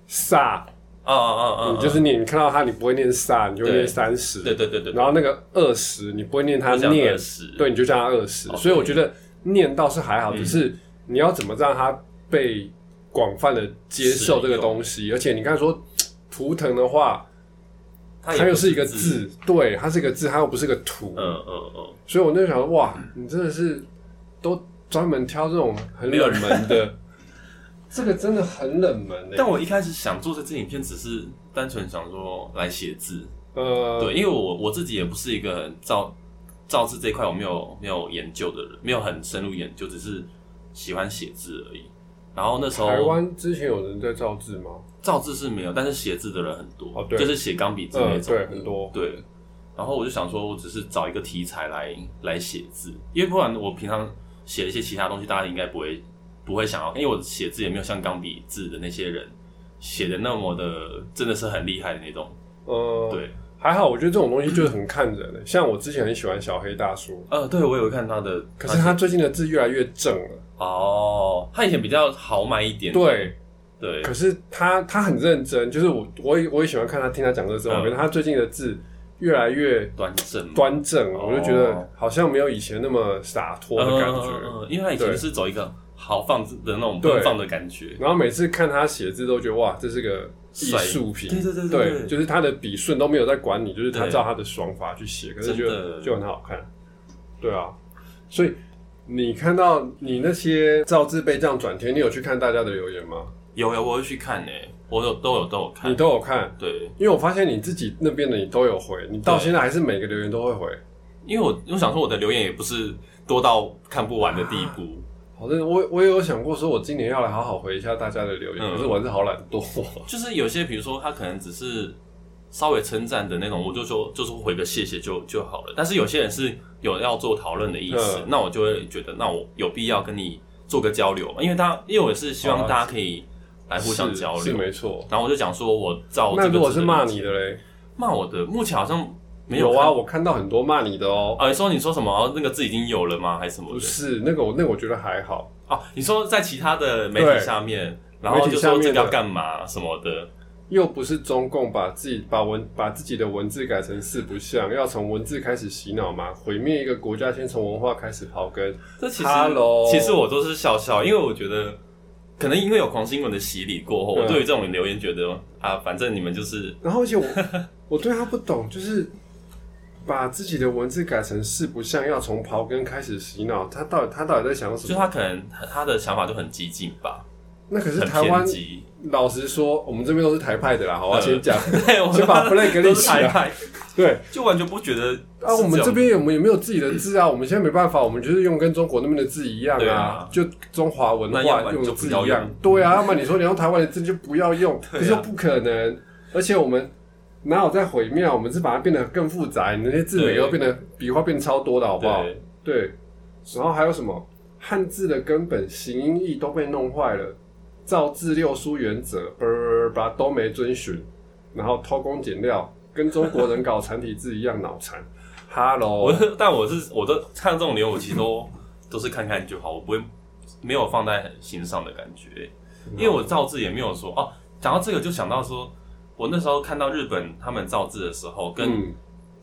[SPEAKER 1] 萨，
[SPEAKER 2] 啊啊啊啊！
[SPEAKER 1] 你嗯就是念，你看到它你不会念萨，你就念
[SPEAKER 2] 对
[SPEAKER 1] 三十，
[SPEAKER 2] 对对对对，
[SPEAKER 1] 然后那个二十你不会念它
[SPEAKER 2] 就讲
[SPEAKER 1] 念
[SPEAKER 2] 二，十，
[SPEAKER 1] 对，你就叫它二十。
[SPEAKER 2] OK 嗯
[SPEAKER 1] 所以我觉得念倒是还好，只是你要怎么让它被广泛的接受这个东西，而且你刚才说图腾的话，
[SPEAKER 2] 它
[SPEAKER 1] 它
[SPEAKER 2] 也
[SPEAKER 1] 又
[SPEAKER 2] 不
[SPEAKER 1] 是一个
[SPEAKER 2] 字，
[SPEAKER 1] 字，对，它是一个字，它又不是个图，
[SPEAKER 2] 嗯嗯嗯，
[SPEAKER 1] 所以我那时候想，哇，你真的是都专门挑这种很冷门的， 这个真的很冷门欸的、
[SPEAKER 2] 但我一开始想做这支影片，只是单纯想说来写字，
[SPEAKER 1] 呃，
[SPEAKER 2] 对，因哦为我我自己也不是一个很造造字这一块我没有没有研究的人，没有很深入研究，只是喜欢写字而已。然后那时
[SPEAKER 1] 台
[SPEAKER 2] 候
[SPEAKER 1] 湾之前有人在造字吗？
[SPEAKER 2] 造字是没有，但是写字的人很多，
[SPEAKER 1] 哦对
[SPEAKER 2] 就是写钢笔字那
[SPEAKER 1] 嗯，
[SPEAKER 2] 种，
[SPEAKER 1] 对，很多。
[SPEAKER 2] 对。然后我就想说，我只是找一个题材来来写字，因为不然我平常写一些其他东西，大家应该不会不会想要，因为我写字也没有像钢笔字的那些人写的那么的，真的是很厉害的那种。
[SPEAKER 1] 呃，
[SPEAKER 2] 嗯对，
[SPEAKER 1] 还好，我觉得这种东西就是很看人的、像我之前很喜欢小黑大叔，
[SPEAKER 2] 呃，对我有看他的，
[SPEAKER 1] 可是他最近的字越来越正了。
[SPEAKER 2] 哦，他以前比较豪迈一点，
[SPEAKER 1] 对，
[SPEAKER 2] 对，
[SPEAKER 1] 可是他他很认真，就是我我也我也喜欢看他听他讲这种，
[SPEAKER 2] 嗯
[SPEAKER 1] 我觉得他最近的字越来越
[SPEAKER 2] 端正嘛
[SPEAKER 1] 端正，
[SPEAKER 2] 哦
[SPEAKER 1] 我就觉得好像没有以前那么洒脱的感觉。
[SPEAKER 2] 嗯嗯嗯嗯因为他以前
[SPEAKER 1] 对
[SPEAKER 2] 就是走一个豪放的那种
[SPEAKER 1] 对
[SPEAKER 2] 奔放的感觉，
[SPEAKER 1] 然后每次看他写字都觉得哇，这是个艺术品，
[SPEAKER 2] 对对对
[SPEAKER 1] 对
[SPEAKER 2] 对，
[SPEAKER 1] 就是他的笔顺都没有在管你，就是他
[SPEAKER 2] 对
[SPEAKER 1] 照他的爽法去写，可是
[SPEAKER 2] 真
[SPEAKER 1] 就
[SPEAKER 2] 的
[SPEAKER 1] 就很好看，对啊，所以你看到你那些造字被这样转贴，你有去看大家的留言吗？
[SPEAKER 2] 有有我会去看呢、欸我有都有都有
[SPEAKER 1] 你
[SPEAKER 2] 看，
[SPEAKER 1] 都有看，
[SPEAKER 2] 对，
[SPEAKER 1] 因为我发现你自己那边的你都有回，你到现在还是每个留言都会回。
[SPEAKER 2] 因为我我想说我的留言也不是多到看不完的地步，
[SPEAKER 1] 好像我我也有想过，说我今年要来好好回一下大家的留言，
[SPEAKER 2] 嗯
[SPEAKER 1] 可是我还是好懒惰。
[SPEAKER 2] 就是有些比如说他可能只是稍微称赞的那种，我就说就是回个谢谢就就好了。但是有些人是有要做讨论的意思，
[SPEAKER 1] 嗯
[SPEAKER 2] 那我就会觉得那我有必要跟你做个交流嘛，因为大家因为我也是希望
[SPEAKER 1] 哦
[SPEAKER 2] 大家可以来互相
[SPEAKER 1] 是
[SPEAKER 2] 交
[SPEAKER 1] 是
[SPEAKER 2] 流。
[SPEAKER 1] 没错。
[SPEAKER 2] 然后我就讲说我照
[SPEAKER 1] 那
[SPEAKER 2] 这
[SPEAKER 1] 如
[SPEAKER 2] 个
[SPEAKER 1] 果
[SPEAKER 2] 字
[SPEAKER 1] 是
[SPEAKER 2] 的
[SPEAKER 1] 骂
[SPEAKER 2] 理解
[SPEAKER 1] 你的嘞，
[SPEAKER 2] 骂我的，目前好像没
[SPEAKER 1] 有
[SPEAKER 2] 有
[SPEAKER 1] 啊，
[SPEAKER 2] 看。
[SPEAKER 1] 我看到很多骂你的哦。
[SPEAKER 2] 呃，说你说什么？哦那个字已经有了吗？还是什么
[SPEAKER 1] 不
[SPEAKER 2] 的？
[SPEAKER 1] 是那个我，那个我觉得还好。
[SPEAKER 2] 哦，你说在其他的媒
[SPEAKER 1] 对
[SPEAKER 2] 体下面，然后
[SPEAKER 1] 媒体
[SPEAKER 2] 就
[SPEAKER 1] 下
[SPEAKER 2] 说
[SPEAKER 1] 面
[SPEAKER 2] 这个要
[SPEAKER 1] 的
[SPEAKER 2] 干嘛什么的，
[SPEAKER 1] 又不是中共把自己把文把自己的文字改成四不像，要从文字开始洗脑嘛？毁灭一个国家，先从文化开始刨根。
[SPEAKER 2] 这其实
[SPEAKER 1] Hello
[SPEAKER 2] 其实我都是笑笑，因为我觉得可能因为有狂新闻的洗礼过后，
[SPEAKER 1] 嗯
[SPEAKER 2] 我对于这种留 言觉得啊，反正你们就是
[SPEAKER 1] 然后而且我我对他不懂，就是把自己的文字改成四不像，要从刨根开始洗脑，他到底他到底在想什
[SPEAKER 2] 就
[SPEAKER 1] 么？
[SPEAKER 2] 他可能他的想法就很激进吧，
[SPEAKER 1] 那可是
[SPEAKER 2] 很
[SPEAKER 1] 台湾
[SPEAKER 2] 偏，激。
[SPEAKER 1] 老实说，我们这边都是台派的啦，好吧，
[SPEAKER 2] 呃
[SPEAKER 1] 先 讲，
[SPEAKER 2] 对，我
[SPEAKER 1] 先把 flag 立
[SPEAKER 2] 都是
[SPEAKER 1] 起
[SPEAKER 2] 台
[SPEAKER 1] 来。
[SPEAKER 2] 派，
[SPEAKER 1] 对
[SPEAKER 2] 就完全不觉得
[SPEAKER 1] 啊，
[SPEAKER 2] 是
[SPEAKER 1] 我们
[SPEAKER 2] 种
[SPEAKER 1] 这边有没有没有自己的字啊？我们现在没办法，我们就是用跟中国那边的字一样
[SPEAKER 2] 对
[SPEAKER 1] 啊
[SPEAKER 2] 啊，
[SPEAKER 1] 就中华文
[SPEAKER 2] 那要
[SPEAKER 1] 化
[SPEAKER 2] 不然
[SPEAKER 1] 用的
[SPEAKER 2] 就不
[SPEAKER 1] 字
[SPEAKER 2] 要
[SPEAKER 1] 一样
[SPEAKER 2] 用。
[SPEAKER 1] 对啊，要么你说你用台湾的字就不要用，可
[SPEAKER 2] 对啊
[SPEAKER 1] 是又不可能。而且我们哪有在毁灭啊？我们是把它变得更复杂，你那些字每个都
[SPEAKER 2] 对
[SPEAKER 1] 变得笔画变超多的好不好？
[SPEAKER 2] 对
[SPEAKER 1] 对，然后还有什么汉字的根本形音义都被弄坏了，造字六书原则，叭叭叭都没遵循，然后偷工减料，跟中国人搞繁体字一样脑残。
[SPEAKER 2] 我
[SPEAKER 1] Hello，
[SPEAKER 2] 但我是我都看这种留言，我其实都都是看看就好，我不会没有放在很心上的感觉，因为我造字也没有说哦。讲到这个，就想到说，我那时候看到日本他们造字的时候，跟
[SPEAKER 1] 嗯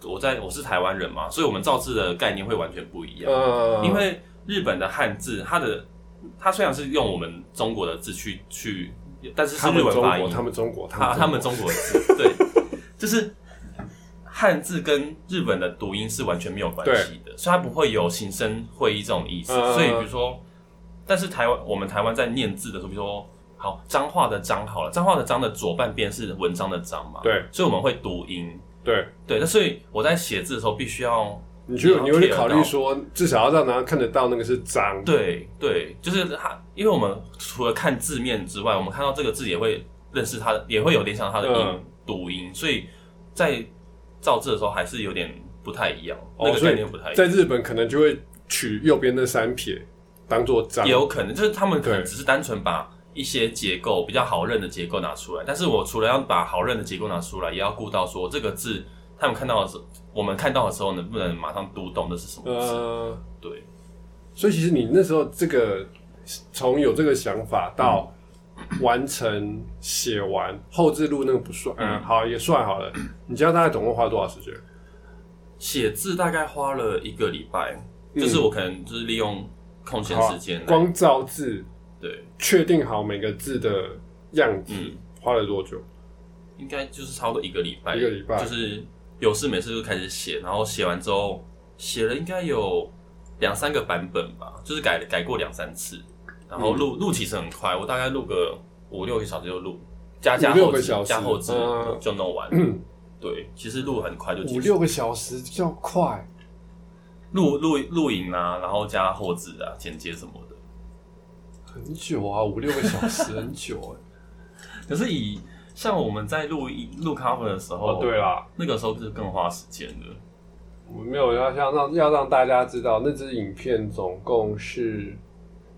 [SPEAKER 2] 我在我是台湾人嘛，所以我们造字的概念会完全不一样。
[SPEAKER 1] 呃，
[SPEAKER 2] 因为日本的汉字，它的它虽然是用我们中国的字去去，但是是
[SPEAKER 1] 他
[SPEAKER 2] 日
[SPEAKER 1] 们
[SPEAKER 2] 文
[SPEAKER 1] 中
[SPEAKER 2] 发
[SPEAKER 1] 国，
[SPEAKER 2] 音，
[SPEAKER 1] 他们中国，
[SPEAKER 2] 他他们中国的字，对，就是汉字跟日本的读音是完全没有关系的，所以它不会有形声会意这种意思。
[SPEAKER 1] 嗯
[SPEAKER 2] 所以比如说，但是台湾我们台湾在念字的时候，比如说好彰化的彰好了，彰化的彰的左半边是文章的章嘛，，
[SPEAKER 1] 对
[SPEAKER 2] 所以我们会读音，
[SPEAKER 1] 对，
[SPEAKER 2] 对。那所以我在写字的时候必须要
[SPEAKER 1] 你就
[SPEAKER 2] 了
[SPEAKER 1] 你会
[SPEAKER 2] 解得
[SPEAKER 1] 考虑
[SPEAKER 2] 到
[SPEAKER 1] 说，至少要让大家看得到那个是章，
[SPEAKER 2] 对对，就是它，因为我们除了看字面之外，我们看到这个字也会认识它的，也会有联想到它的音、
[SPEAKER 1] 嗯
[SPEAKER 2] 读音，所以在造字的时候还是有点不太一样，
[SPEAKER 1] 哦
[SPEAKER 2] 那个
[SPEAKER 1] 所以
[SPEAKER 2] 概念不太一
[SPEAKER 1] 在
[SPEAKER 2] 样。
[SPEAKER 1] 日本可能就会取右边那三撇当做章
[SPEAKER 2] 也，有可能就是他们可能
[SPEAKER 1] 对
[SPEAKER 2] 只是单纯把一些结构比较好认的结构拿出来，但是我除了要把好认的结构拿出来，也要顾到说这个字他们看到的时候，我们看到的时候能不能马上读懂这是什么字？
[SPEAKER 1] 呃，
[SPEAKER 2] 对，
[SPEAKER 1] 所以其实你那时候这个从有这个想法到完成写完后置录那个不算，嗯、
[SPEAKER 2] 嗯
[SPEAKER 1] 好也算好了。你知道大概总共花多少时间？
[SPEAKER 2] 写字大概花了一个礼拜，就是我可能就是利用空闲时间来，
[SPEAKER 1] 嗯啊光造字
[SPEAKER 2] 对，
[SPEAKER 1] 确定好每个字的样子、
[SPEAKER 2] 嗯，
[SPEAKER 1] 花了多久？
[SPEAKER 2] 应该就是差不多一个礼拜，
[SPEAKER 1] 一个礼拜
[SPEAKER 2] 就是有事没事就开始写，然后写完之后写了应该有两三个版本吧，就是改改过两三次，然
[SPEAKER 1] 嗯
[SPEAKER 2] 后录录其实很快，我大概录个五六个小时就录，加加
[SPEAKER 1] 五六
[SPEAKER 2] 后
[SPEAKER 1] 个
[SPEAKER 2] 置
[SPEAKER 1] 小时
[SPEAKER 2] 加后置
[SPEAKER 1] 嗯
[SPEAKER 2] 就弄完，对，其实录很快就
[SPEAKER 1] 五
[SPEAKER 2] 结束，
[SPEAKER 1] 六个小时叫快，
[SPEAKER 2] 录录录影啊，然后加后置啊，剪接什么的。
[SPEAKER 1] 很久啊，五六个小时很久欸
[SPEAKER 2] 可是以像我们在录音录 cover 的时 候，
[SPEAKER 1] 哦，对啦，
[SPEAKER 2] 那个时候就是更花时间的。
[SPEAKER 1] 我们没有要像让要让大家知道，那支影片总共是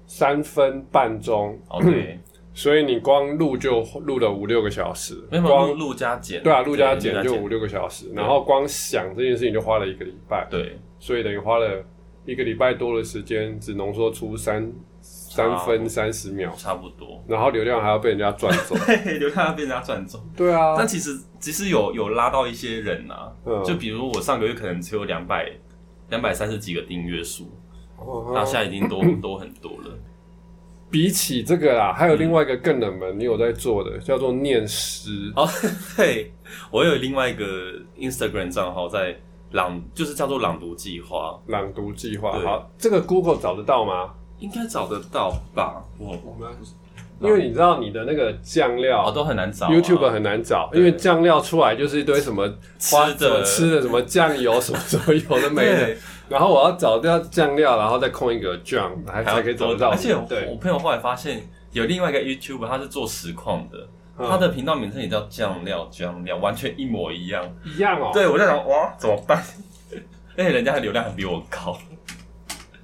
[SPEAKER 1] 三分半钟，
[SPEAKER 2] 哦，对，
[SPEAKER 1] 所以你光录就录了五六个小时，
[SPEAKER 2] 没有
[SPEAKER 1] 光
[SPEAKER 2] 录录加剪，
[SPEAKER 1] 对啊，陆家剪
[SPEAKER 2] 对
[SPEAKER 1] 就五六个小时，然后光想这件事情就花了一个礼拜，
[SPEAKER 2] 对，
[SPEAKER 1] 所以等于花了一个礼拜多的时间，只浓缩出三三分三十秒，
[SPEAKER 2] 差不 多。
[SPEAKER 1] 然后流量还要被人家赚 走。
[SPEAKER 2] 流看他被人家赚走，
[SPEAKER 1] 对啊，
[SPEAKER 2] 但其实其实有有拉到一些人啊，
[SPEAKER 1] 嗯
[SPEAKER 2] 就比如我上个月可能只有两百两百三十几个订阅数，嗯
[SPEAKER 1] 哦
[SPEAKER 2] 那现在已经多 多很多了。
[SPEAKER 1] 比起这个啦，还有另外一个更冷门，你有在做
[SPEAKER 2] 嗯
[SPEAKER 1] 的叫做念诗，
[SPEAKER 2] 哦，对，我有另外一个 Instagram 账号在朗，就是叫做朗读计划，
[SPEAKER 1] 朗读计划。
[SPEAKER 2] 对
[SPEAKER 1] 好，这个 Google 找得到吗？
[SPEAKER 2] 应该找得到吧？我
[SPEAKER 1] 我们因为你知道你的那个酱料
[SPEAKER 2] 哦都很难找啊、
[SPEAKER 1] YouTube 很难找，因为酱料出来就是一堆什么
[SPEAKER 2] 吃
[SPEAKER 1] 花什么
[SPEAKER 2] 的
[SPEAKER 1] 吃的什么酱油什么什么有的没的，
[SPEAKER 2] 对
[SPEAKER 1] 然后我要找掉酱料，然后再空一个酱，还
[SPEAKER 2] 还
[SPEAKER 1] 才
[SPEAKER 2] 要
[SPEAKER 1] 可以找
[SPEAKER 2] 多
[SPEAKER 1] 得到。
[SPEAKER 2] 而且我
[SPEAKER 1] 对，
[SPEAKER 2] 我朋友后来发现有另外一个 YouTube，他是做实况的，
[SPEAKER 1] 嗯
[SPEAKER 2] 他的频道名称也叫酱料酱料，完全一模一样。
[SPEAKER 1] 一样哦。
[SPEAKER 2] 对我在想，哇，怎么办？ 而且人家的流量还比我高，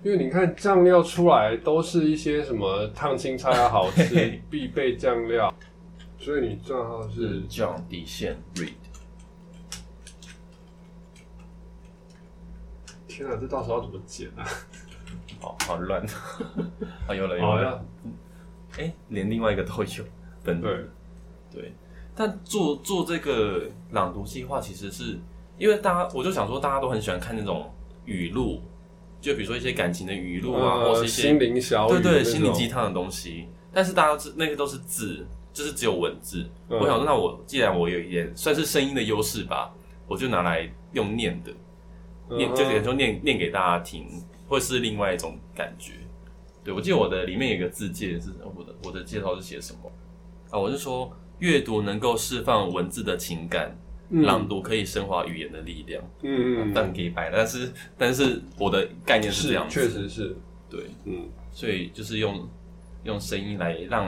[SPEAKER 1] 因为你看酱料出来都是一些什么烫青菜啊，好
[SPEAKER 2] 嘿
[SPEAKER 1] 吃
[SPEAKER 2] 嘿
[SPEAKER 1] 必备酱料，所以你账号是
[SPEAKER 2] 酱底线 read。
[SPEAKER 1] 天哪，这到时候要怎么剪啊？
[SPEAKER 2] 好哦好乱， 啊有了有
[SPEAKER 1] 好
[SPEAKER 2] 了，
[SPEAKER 1] 呀，
[SPEAKER 2] 哎、连另外一个都有，本
[SPEAKER 1] 对，
[SPEAKER 2] 对，但做做这个朗读计划，其实是因为大家，我就想说，大家都很喜欢看那种语录，就比如说一些感情的语录啊，或
[SPEAKER 1] 呃，
[SPEAKER 2] 是一
[SPEAKER 1] 心
[SPEAKER 2] 些
[SPEAKER 1] 灵小
[SPEAKER 2] 对
[SPEAKER 1] 雨，
[SPEAKER 2] 对心灵鸡，汤的东西。但是大家知那个都是字，就是只有文字。
[SPEAKER 1] 嗯
[SPEAKER 2] 我想说，那我既然我有一点算是声音的优势吧，我就拿来用念的。
[SPEAKER 1] 嗯
[SPEAKER 2] 念就是有时候念念给大家听，会是另外一种感觉。对我记得我的里面有一个自介是我的我的介绍是写什么啊？我是说阅读能够释放文字的情感，
[SPEAKER 1] 嗯
[SPEAKER 2] 朗读可以升华语言的力量。
[SPEAKER 1] 嗯嗯嗯，
[SPEAKER 2] 但给白，但是但是我的概念是这样子，
[SPEAKER 1] 确实是，
[SPEAKER 2] 对，
[SPEAKER 1] 嗯
[SPEAKER 2] 所以就是用用声音来让，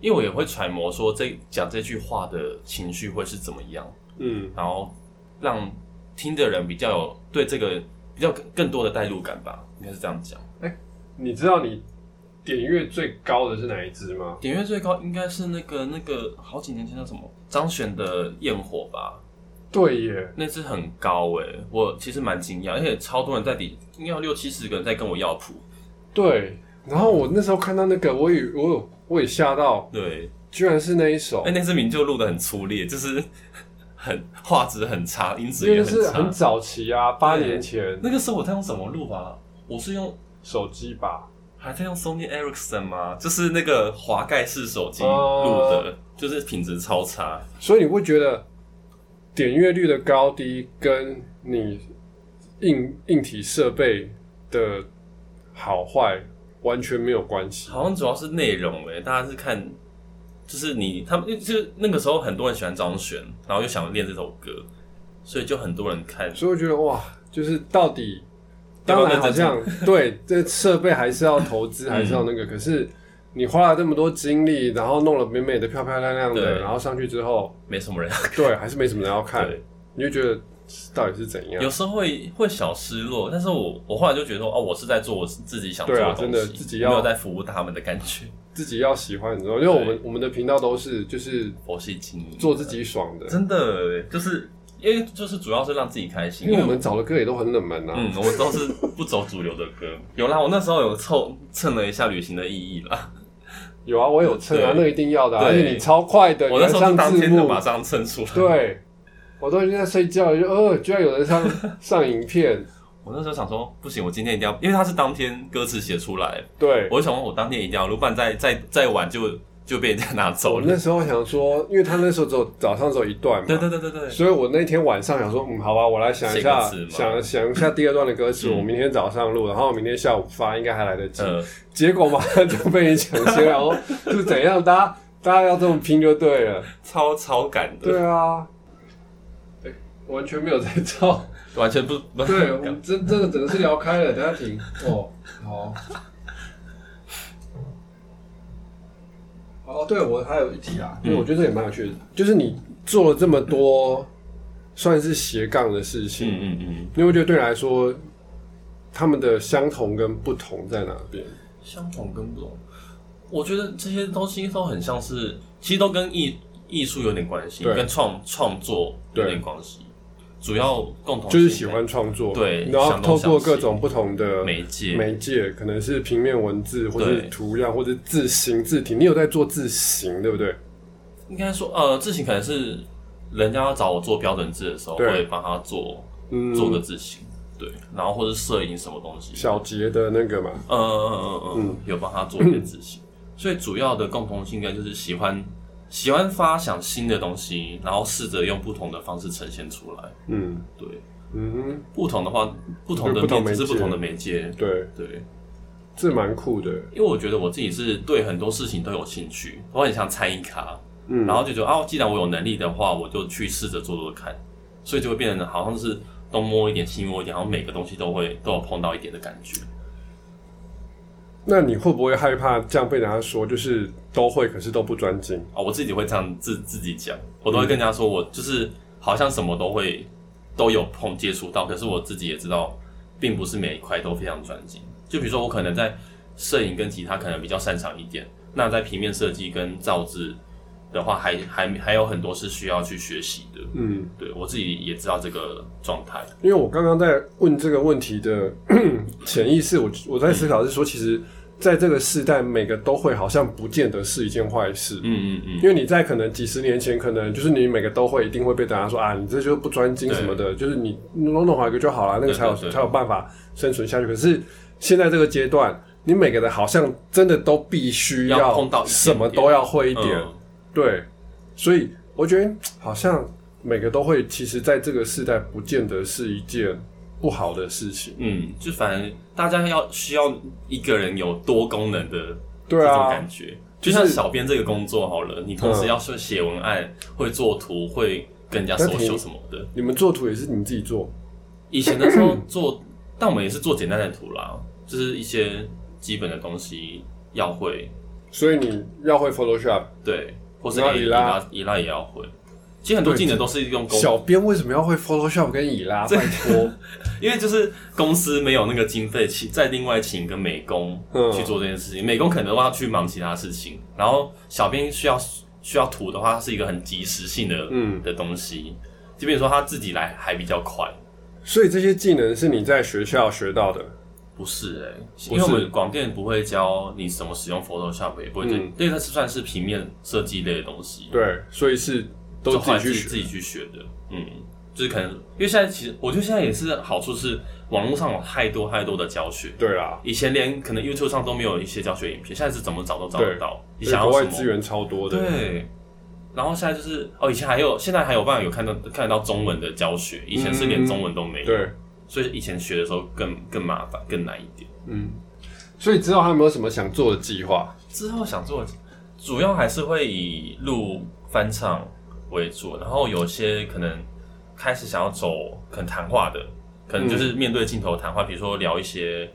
[SPEAKER 2] 因为我也会揣摩说这讲这句话的情绪会是怎么样，
[SPEAKER 1] 嗯
[SPEAKER 2] 然后让听的人比较有对这个比较更更多的代入感吧，应该是这样讲。
[SPEAKER 1] 你知道你点阅最高的是哪一支吗？
[SPEAKER 2] 点阅最高应该是那个那个好几年前叫什么张悬的《焰火》吧，
[SPEAKER 1] 对耶，
[SPEAKER 2] 那次很高诶、我其实蛮惊讶，而且超多人在底，应该有六七十个人在跟我要谱，
[SPEAKER 1] 对。然后我那时候看到那个，我也我有我也吓到，
[SPEAKER 2] 对，
[SPEAKER 1] 居然是那一首
[SPEAKER 2] 哎、，那支名就录的很粗劣，就是很 画质很差，音质
[SPEAKER 1] 因为
[SPEAKER 2] 也
[SPEAKER 1] 那
[SPEAKER 2] 很
[SPEAKER 1] 是
[SPEAKER 2] 差。
[SPEAKER 1] 很早期啊，八
[SPEAKER 2] 对
[SPEAKER 1] 年前
[SPEAKER 2] 那个时候我在用什么录啊？我是用
[SPEAKER 1] 手机吧，
[SPEAKER 2] 还在用 Sony Ericsson 吗？就是那个滑盖式手机
[SPEAKER 1] 哦
[SPEAKER 2] 录的，就是品质超差。
[SPEAKER 1] 所以你会觉得点阅率的高低跟你硬硬体设备的好坏完全没有关系。
[SPEAKER 2] 好像主要是内容诶、大家是看，就是你他们就是那个时候很多人喜欢张悬，然后又想练这首歌，所以就很多人看。
[SPEAKER 1] 所以我觉得哇，就是到底
[SPEAKER 2] 要
[SPEAKER 1] 当
[SPEAKER 2] 不要
[SPEAKER 1] 然好
[SPEAKER 2] 认真
[SPEAKER 1] 像对 这设备还是要投资，还是要那个，
[SPEAKER 2] 嗯
[SPEAKER 1] 可是。你花了这么多精力，然后弄了美美的、漂漂亮亮的，
[SPEAKER 2] 对
[SPEAKER 1] 然后上去之后，
[SPEAKER 2] 没什么人
[SPEAKER 1] 对，还是没什么人要看
[SPEAKER 2] 对，
[SPEAKER 1] 你就觉得到底是怎样
[SPEAKER 2] 有？时候会会小失落，但是我我后来就觉得说，哦，我是在做我自己想做
[SPEAKER 1] 对啊
[SPEAKER 2] 的东
[SPEAKER 1] 真
[SPEAKER 2] 西，
[SPEAKER 1] 的自己
[SPEAKER 2] 没
[SPEAKER 1] 要
[SPEAKER 2] 有在服务他们的感觉，
[SPEAKER 1] 自己要喜欢，你知道吗，因为我们我们的频道都是就是
[SPEAKER 2] 佛系经营，
[SPEAKER 1] 做自己爽的，
[SPEAKER 2] 真的就是因为就是主要是让自己开心，
[SPEAKER 1] 因为我们找的歌也都很冷门啊。
[SPEAKER 2] 嗯，我都是不走主流的歌， 有啦，我那时候有凑蹭了一下旅行的意义啦，
[SPEAKER 1] 有啊，我有蹭啊，
[SPEAKER 2] 对
[SPEAKER 1] 那个一定要的啊、
[SPEAKER 2] 对
[SPEAKER 1] 而且你超快的，你
[SPEAKER 2] 我那
[SPEAKER 1] 还
[SPEAKER 2] 时候是
[SPEAKER 1] 上
[SPEAKER 2] 当
[SPEAKER 1] 字
[SPEAKER 2] 天就
[SPEAKER 1] 幕
[SPEAKER 2] 马，上蹭出来，，
[SPEAKER 1] 对，我都已经在睡觉了，就呃，居然有人上 上影片，
[SPEAKER 2] 我那时候想说不行，我今天一定要，因为他是当天歌词写出来，
[SPEAKER 1] 对。
[SPEAKER 2] 我就想说我当天一定要录，不然再再再晚就就被人家拿走
[SPEAKER 1] 我
[SPEAKER 2] 了，
[SPEAKER 1] 那时候想说，因为他那时候只有早上只有一段嘛，
[SPEAKER 2] 对对对对对，
[SPEAKER 1] 所以我那天晚上想说，嗯，好吧，我来想一下
[SPEAKER 2] 写歌，词嘛
[SPEAKER 1] 想想一下第二段的歌词，
[SPEAKER 2] 嗯
[SPEAKER 1] 我明天早上录，然后明天下午发，应该还来得及。
[SPEAKER 2] 呃。
[SPEAKER 1] 结果马上 就被你抢先，然后是怎样？大家大家要这么拼就对了。
[SPEAKER 2] 超超感的，
[SPEAKER 1] 对啊，哎完全没有在照。
[SPEAKER 2] 完全不 不
[SPEAKER 1] 对，我们真真的整个是聊开了，等下停。哦，好。哦，对，我还有一题
[SPEAKER 2] 嗯
[SPEAKER 1] 啊，因为我觉得这也蛮有趣的，就是你做了这么多算是斜杠的事情，
[SPEAKER 2] 嗯嗯嗯，
[SPEAKER 1] 你会觉得对你来说，他们的相同跟不同在哪边？
[SPEAKER 2] 哦相同跟不同，我觉得这些东西都很像是，其实都跟艺艺术有点关系，
[SPEAKER 1] 对
[SPEAKER 2] 跟创创作有点关系，主要共同
[SPEAKER 1] 就是喜欢创作，
[SPEAKER 2] 对
[SPEAKER 1] 然后
[SPEAKER 2] 相同
[SPEAKER 1] 透过
[SPEAKER 2] 相
[SPEAKER 1] 各
[SPEAKER 2] 似
[SPEAKER 1] 种不同的
[SPEAKER 2] 媒介，
[SPEAKER 1] 媒介可能是平面文字，或是
[SPEAKER 2] 对
[SPEAKER 1] 图样，或是字形字体。你有在做字形，对不对？
[SPEAKER 2] 应该说呃，字形可能是人家要找我做标准字的时候，
[SPEAKER 1] 对
[SPEAKER 2] 会帮他做
[SPEAKER 1] 嗯，
[SPEAKER 2] 做个字形，对，然后或者摄影什么东西，
[SPEAKER 1] 小节的那个嘛，
[SPEAKER 2] 嗯嗯嗯嗯，有帮他做一点执行。所以主要的共同性应该就是喜欢喜欢发想新的东西，然后试着用不同的方式呈现出来。
[SPEAKER 1] 嗯
[SPEAKER 2] 对，
[SPEAKER 1] 嗯
[SPEAKER 2] 不同的话，不同的
[SPEAKER 1] 不同
[SPEAKER 2] 面
[SPEAKER 1] 媒
[SPEAKER 2] 是
[SPEAKER 1] 介
[SPEAKER 2] 不同的媒介
[SPEAKER 1] 哼，。对，
[SPEAKER 2] 对，
[SPEAKER 1] 这蛮酷的。
[SPEAKER 2] 因为我觉得我自己是对很多事情都有兴趣，我很想参与卡，
[SPEAKER 1] 嗯，
[SPEAKER 2] 然后就觉得啊，既然我有能力的话，我就去试着做做看，所以就会变得好像是东摸一点西摸一点，好像每个东西都会都有碰到一点的感觉。
[SPEAKER 1] 那你会不会害怕这样被人家说，就是都会，可是都不专精？
[SPEAKER 2] 啊，我自己会这样自自己讲，我都会跟人家说，我就是好像什么都会都有碰接触到，可是我自己也知道，并不是每一块都非常专精。就比如说，我可能在摄影跟吉他可能比较擅长一点，那在平面设计跟造字的话，还还还有很多是需要去学习的。
[SPEAKER 1] 嗯，
[SPEAKER 2] 对我自己也知道这个状态，
[SPEAKER 1] 因为我刚刚在问这个问题的 潜意识，我我在思考是说，其实在这个时代，每个都会好像不见得是一件坏事。
[SPEAKER 2] 嗯嗯嗯，
[SPEAKER 1] 因为你在可能几十年前，可能就是你每个都会一定会被大家说啊，你这就是不专精什么的，就是你弄弄好一个就好了，那个才有
[SPEAKER 2] 对对对
[SPEAKER 1] 才有办法生存下去。可是现在这个阶段，你每个人好像真的都必须
[SPEAKER 2] 要碰到一点点
[SPEAKER 1] 什么都要会一点，
[SPEAKER 2] 嗯
[SPEAKER 1] 对，所以我觉得好像每个都会，其实在这个时代不见得是一件不好的事情。
[SPEAKER 2] 嗯，就反正大家要需要一个人有多功能的
[SPEAKER 1] 对
[SPEAKER 2] 这种
[SPEAKER 1] 啊
[SPEAKER 2] 感，觉。
[SPEAKER 1] 就
[SPEAKER 2] 就是像小编这个工作好了，你同时要去写文案，会做图，会跟人家
[SPEAKER 1] 但
[SPEAKER 2] 手
[SPEAKER 1] 挺
[SPEAKER 2] 秀什么 的。
[SPEAKER 1] 你们做图也是你们自己做，
[SPEAKER 2] 以前的时候做，但我们也是做简单的图啦，就是一些基本的东西要会，
[SPEAKER 1] 所以你要会 Photoshop。
[SPEAKER 2] 对，或是
[SPEAKER 1] 然后
[SPEAKER 2] A
[SPEAKER 1] 以
[SPEAKER 2] 以
[SPEAKER 1] 拉
[SPEAKER 2] 拉以拉也要会。其实很多技能都是用公，
[SPEAKER 1] 小编为什么要会 Photoshop 跟以拉？拜托，
[SPEAKER 2] 因为就是公司没有那个经费，请再另外请一个美工
[SPEAKER 1] 嗯
[SPEAKER 2] 去做这件事情。美工可能要去忙其他事情，然后小编需要需要图的话，它是一个很及时性的
[SPEAKER 1] 嗯，
[SPEAKER 2] 的东西，即便说他自己来还比较快。
[SPEAKER 1] 所以这些技能是你在学校学到的。
[SPEAKER 2] 不是哎、
[SPEAKER 1] 不是
[SPEAKER 2] 因为我们广电不会教你怎么使用 Photoshop，也不会对，
[SPEAKER 1] 嗯
[SPEAKER 2] 对，它是算是平面设计类的东西，
[SPEAKER 1] 对，所以是都
[SPEAKER 2] 就
[SPEAKER 1] 自
[SPEAKER 2] 后来
[SPEAKER 1] 己
[SPEAKER 2] 自
[SPEAKER 1] 去
[SPEAKER 2] 己
[SPEAKER 1] 学。
[SPEAKER 2] 自己去学的，嗯，就是可能因为现在其实我觉得现在也是好处是网络上有太多太多的教学，
[SPEAKER 1] 对啦，
[SPEAKER 2] 以前连可能 YouTube 上都没有一些教学影片，现在是怎么找都找
[SPEAKER 1] 对
[SPEAKER 2] 得到，你想
[SPEAKER 1] 而
[SPEAKER 2] 要
[SPEAKER 1] 且国
[SPEAKER 2] 什
[SPEAKER 1] 外资
[SPEAKER 2] 么？
[SPEAKER 1] 源超多的。
[SPEAKER 2] 对。然后现在就是哦，以前还有，现在还有办法有看到看得到中文的教学，以前是连
[SPEAKER 1] 嗯
[SPEAKER 2] 中文都没有，
[SPEAKER 1] 对，
[SPEAKER 2] 所以以前学的时候更更麻烦，更难一点。
[SPEAKER 1] 嗯。所以之后还有没有什么想做的计划？
[SPEAKER 2] 之后想做，主要还是会以录翻唱为主，然后有些可能开始想要走可能谈话的，可能
[SPEAKER 1] 嗯
[SPEAKER 2] 就是面对镜头谈话，比如说聊一些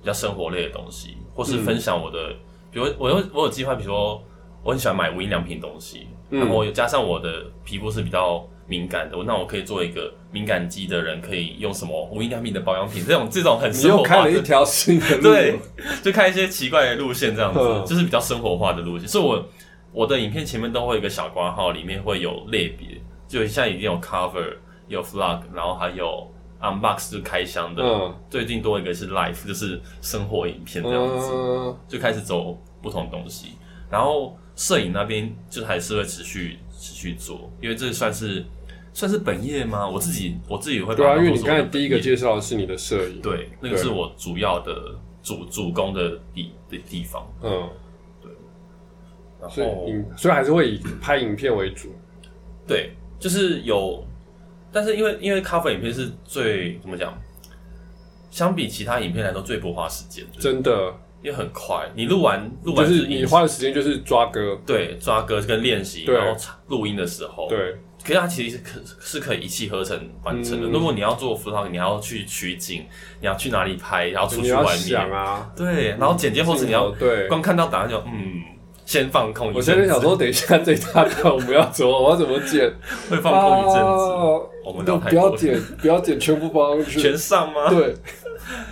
[SPEAKER 2] 比较生活类的东西，或是
[SPEAKER 1] 嗯
[SPEAKER 2] 分享我的，比如我有我有计划，比如说我很喜欢买无印良品的东西，
[SPEAKER 1] 嗯
[SPEAKER 2] 然后有加上我的皮肤是比较。敏感的，那我可以做一个敏感肌的人，可以用什么无印良品的保养品？这种这种很
[SPEAKER 1] 你
[SPEAKER 2] 生活
[SPEAKER 1] 又
[SPEAKER 2] 化
[SPEAKER 1] 开
[SPEAKER 2] 的
[SPEAKER 1] 了一条新的路。
[SPEAKER 2] 对，就看一些奇怪的路线这样子
[SPEAKER 1] 嗯，
[SPEAKER 2] 就是比较生活化的路线。所以我我的影片前面都会有一个小挂号，里面会有类别，就现在已经有 cover，有 vlog，然后还有 unbox 就开箱的，
[SPEAKER 1] 嗯
[SPEAKER 2] 最近多一个是 life，就是生活影片这样子，
[SPEAKER 1] 嗯，
[SPEAKER 2] 就开始走不同东西。然后摄影那边就还是会持续持续做，因为这算是算是本业吗？我自己我自己会把
[SPEAKER 1] 对啊，
[SPEAKER 2] 它
[SPEAKER 1] 因为
[SPEAKER 2] 当
[SPEAKER 1] 你
[SPEAKER 2] 作
[SPEAKER 1] 刚
[SPEAKER 2] 是
[SPEAKER 1] 才
[SPEAKER 2] 我的
[SPEAKER 1] 第一个
[SPEAKER 2] 本业
[SPEAKER 1] 介绍的是你的摄影。，
[SPEAKER 2] 对，那个
[SPEAKER 1] 对
[SPEAKER 2] 是我主要的主主攻的地的地方。
[SPEAKER 1] 嗯，
[SPEAKER 2] 然
[SPEAKER 1] 所
[SPEAKER 2] 后
[SPEAKER 1] 以影，所以还是会以拍影片为主。
[SPEAKER 2] 对，就是有，但是因为因为 cover 影片是最怎么讲，相比其他影片来说最不花时间的，
[SPEAKER 1] 真的，
[SPEAKER 2] 因为很快，你录完录
[SPEAKER 1] 就
[SPEAKER 2] 完
[SPEAKER 1] 是
[SPEAKER 2] 音
[SPEAKER 1] 你花的时间就是抓歌。
[SPEAKER 2] 对抓歌跟练习，
[SPEAKER 1] 对
[SPEAKER 2] 然后录音的时候，，
[SPEAKER 1] 对，
[SPEAKER 2] 可是它其实是可是可以一气呵成完成的。
[SPEAKER 1] 嗯
[SPEAKER 2] 如果你要做 vlog，你要去取景，你要去哪里拍，然后出
[SPEAKER 1] 你
[SPEAKER 2] 去
[SPEAKER 1] 要
[SPEAKER 2] 外
[SPEAKER 1] 想
[SPEAKER 2] 面，
[SPEAKER 1] 啊，
[SPEAKER 2] 对，然后剪接后是你要
[SPEAKER 1] 对。
[SPEAKER 2] 光看到答案就嗯，先放空一
[SPEAKER 1] 我
[SPEAKER 2] 阵子，
[SPEAKER 1] 现在想说，等一下这一大段我们要怎么，我要怎么剪？
[SPEAKER 2] 会放空一阵子，
[SPEAKER 1] 哦
[SPEAKER 2] 我们聊
[SPEAKER 1] 都
[SPEAKER 2] 太
[SPEAKER 1] 不
[SPEAKER 2] 多
[SPEAKER 1] 要
[SPEAKER 2] 了，
[SPEAKER 1] 剪， 不要剪，全部包上去。
[SPEAKER 2] 全上吗？
[SPEAKER 1] 对，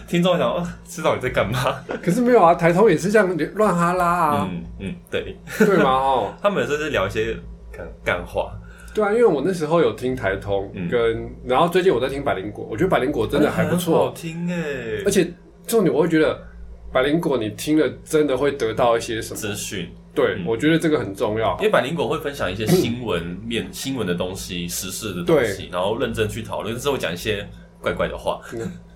[SPEAKER 2] 听众想，哦知道你在干嘛？
[SPEAKER 1] 可是没有啊，台通也是这样乱哈拉啊，
[SPEAKER 2] 嗯嗯，对，
[SPEAKER 1] 对吗？哦，
[SPEAKER 2] 他们有时候在聊一些干干话，
[SPEAKER 1] 对啊，因为我那时候有听台通
[SPEAKER 2] 嗯
[SPEAKER 1] 跟，然后最近我在听百灵果，我觉得百灵果真的还不
[SPEAKER 2] 很好
[SPEAKER 1] 错，
[SPEAKER 2] 听哎，
[SPEAKER 1] 而且重点我会觉得百灵果你听了真的会得到一些什么？
[SPEAKER 2] 资讯，
[SPEAKER 1] 对，
[SPEAKER 2] 嗯
[SPEAKER 1] 我觉得这个很重要
[SPEAKER 2] 因。为百灵果会分享一些新闻面新闻的东西、时事的东西，然后认真去讨论，但是会讲一些怪怪的话，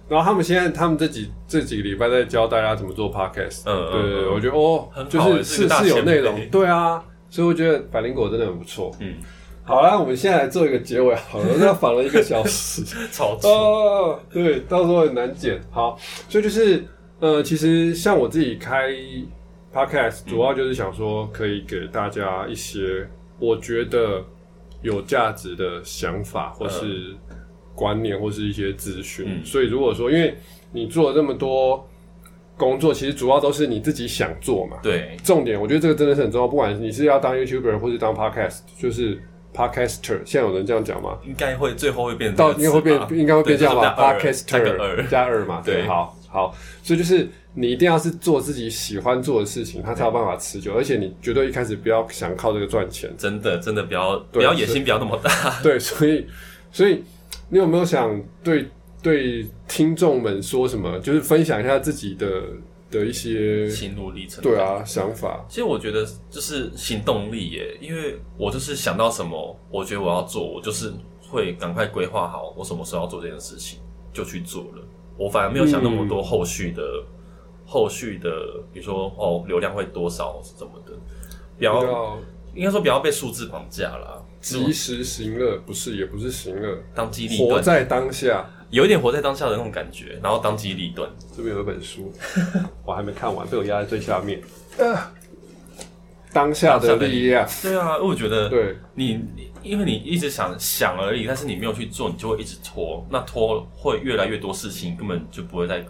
[SPEAKER 1] 然后他们现在他们这几这几个礼拜在教大家怎么做 podcast，
[SPEAKER 2] 嗯嗯
[SPEAKER 1] 对对对，
[SPEAKER 2] 嗯
[SPEAKER 1] 我觉得哦
[SPEAKER 2] 很，好
[SPEAKER 1] 就是
[SPEAKER 2] 欸是
[SPEAKER 1] 是
[SPEAKER 2] 个大
[SPEAKER 1] 是有
[SPEAKER 2] 前
[SPEAKER 1] 内
[SPEAKER 2] 辈
[SPEAKER 1] 容，对啊，所以我觉得百灵果真的很不错。
[SPEAKER 2] 嗯，
[SPEAKER 1] 好啦，我们现在来做一个结尾好了，那访了一个小时。
[SPEAKER 2] 超级
[SPEAKER 1] 哦，对，到时候很难剪。好，所以就是呃，其实像我自己开 podcast，主要就是想说可以给大家一些我觉得有价值的想法，或是观念，或是一些资讯。
[SPEAKER 2] 嗯
[SPEAKER 1] 所以如果说，因为你做了这么多工作，其实主要都是你自己想做嘛。
[SPEAKER 2] 对，
[SPEAKER 1] 重点，我觉得这个真的是很重要。不管你是要当 YouTuber 或是当 podcast，就是 podcaster，现在有人这样讲吗？
[SPEAKER 2] 应该会最后会变
[SPEAKER 1] 到
[SPEAKER 2] 成
[SPEAKER 1] 应
[SPEAKER 2] 啊
[SPEAKER 1] 该会变，应该会变这样吧
[SPEAKER 2] 个二
[SPEAKER 1] ？Podcaster 加二嘛，对，
[SPEAKER 2] 对
[SPEAKER 1] 好好，所以就是你一定要是做自己喜欢做的事情，它才有办法持久，而且你绝对一开始不要想靠这个赚钱，
[SPEAKER 2] 真的真的不要
[SPEAKER 1] 啊
[SPEAKER 2] 不要野心不要那么大，
[SPEAKER 1] 对，所以所以你有没有想对对听众们说什么？就是分享一下自己的的一些
[SPEAKER 2] 心路历程。
[SPEAKER 1] 对，啊想法，
[SPEAKER 2] 其实我觉得就是行动力耶，因为我就是想到什么，我觉得我要做，我就是会赶快规划好我什么时候要做这件事情，就去做了。我反而没有想那么
[SPEAKER 1] 嗯
[SPEAKER 2] 多后续的、后续的，比如说哦流量会多少是怎么的，不要
[SPEAKER 1] 要
[SPEAKER 2] 应该说不要被数字绑架啦。
[SPEAKER 1] 及时行乐不是，也不是行乐，
[SPEAKER 2] 当机立
[SPEAKER 1] 活
[SPEAKER 2] 断，
[SPEAKER 1] 在当下。
[SPEAKER 2] 有一点活在当下的那种感觉，然后当机立断。
[SPEAKER 1] 这边有一本 书，我还没看完，被我压在最下面。呃当下的力量，
[SPEAKER 2] 对啊，因为我觉得
[SPEAKER 1] 对，
[SPEAKER 2] 你你因为你一直想想而已，但是你没有去做，你就会一直拖，那拖会越来越多事情，根本就不会再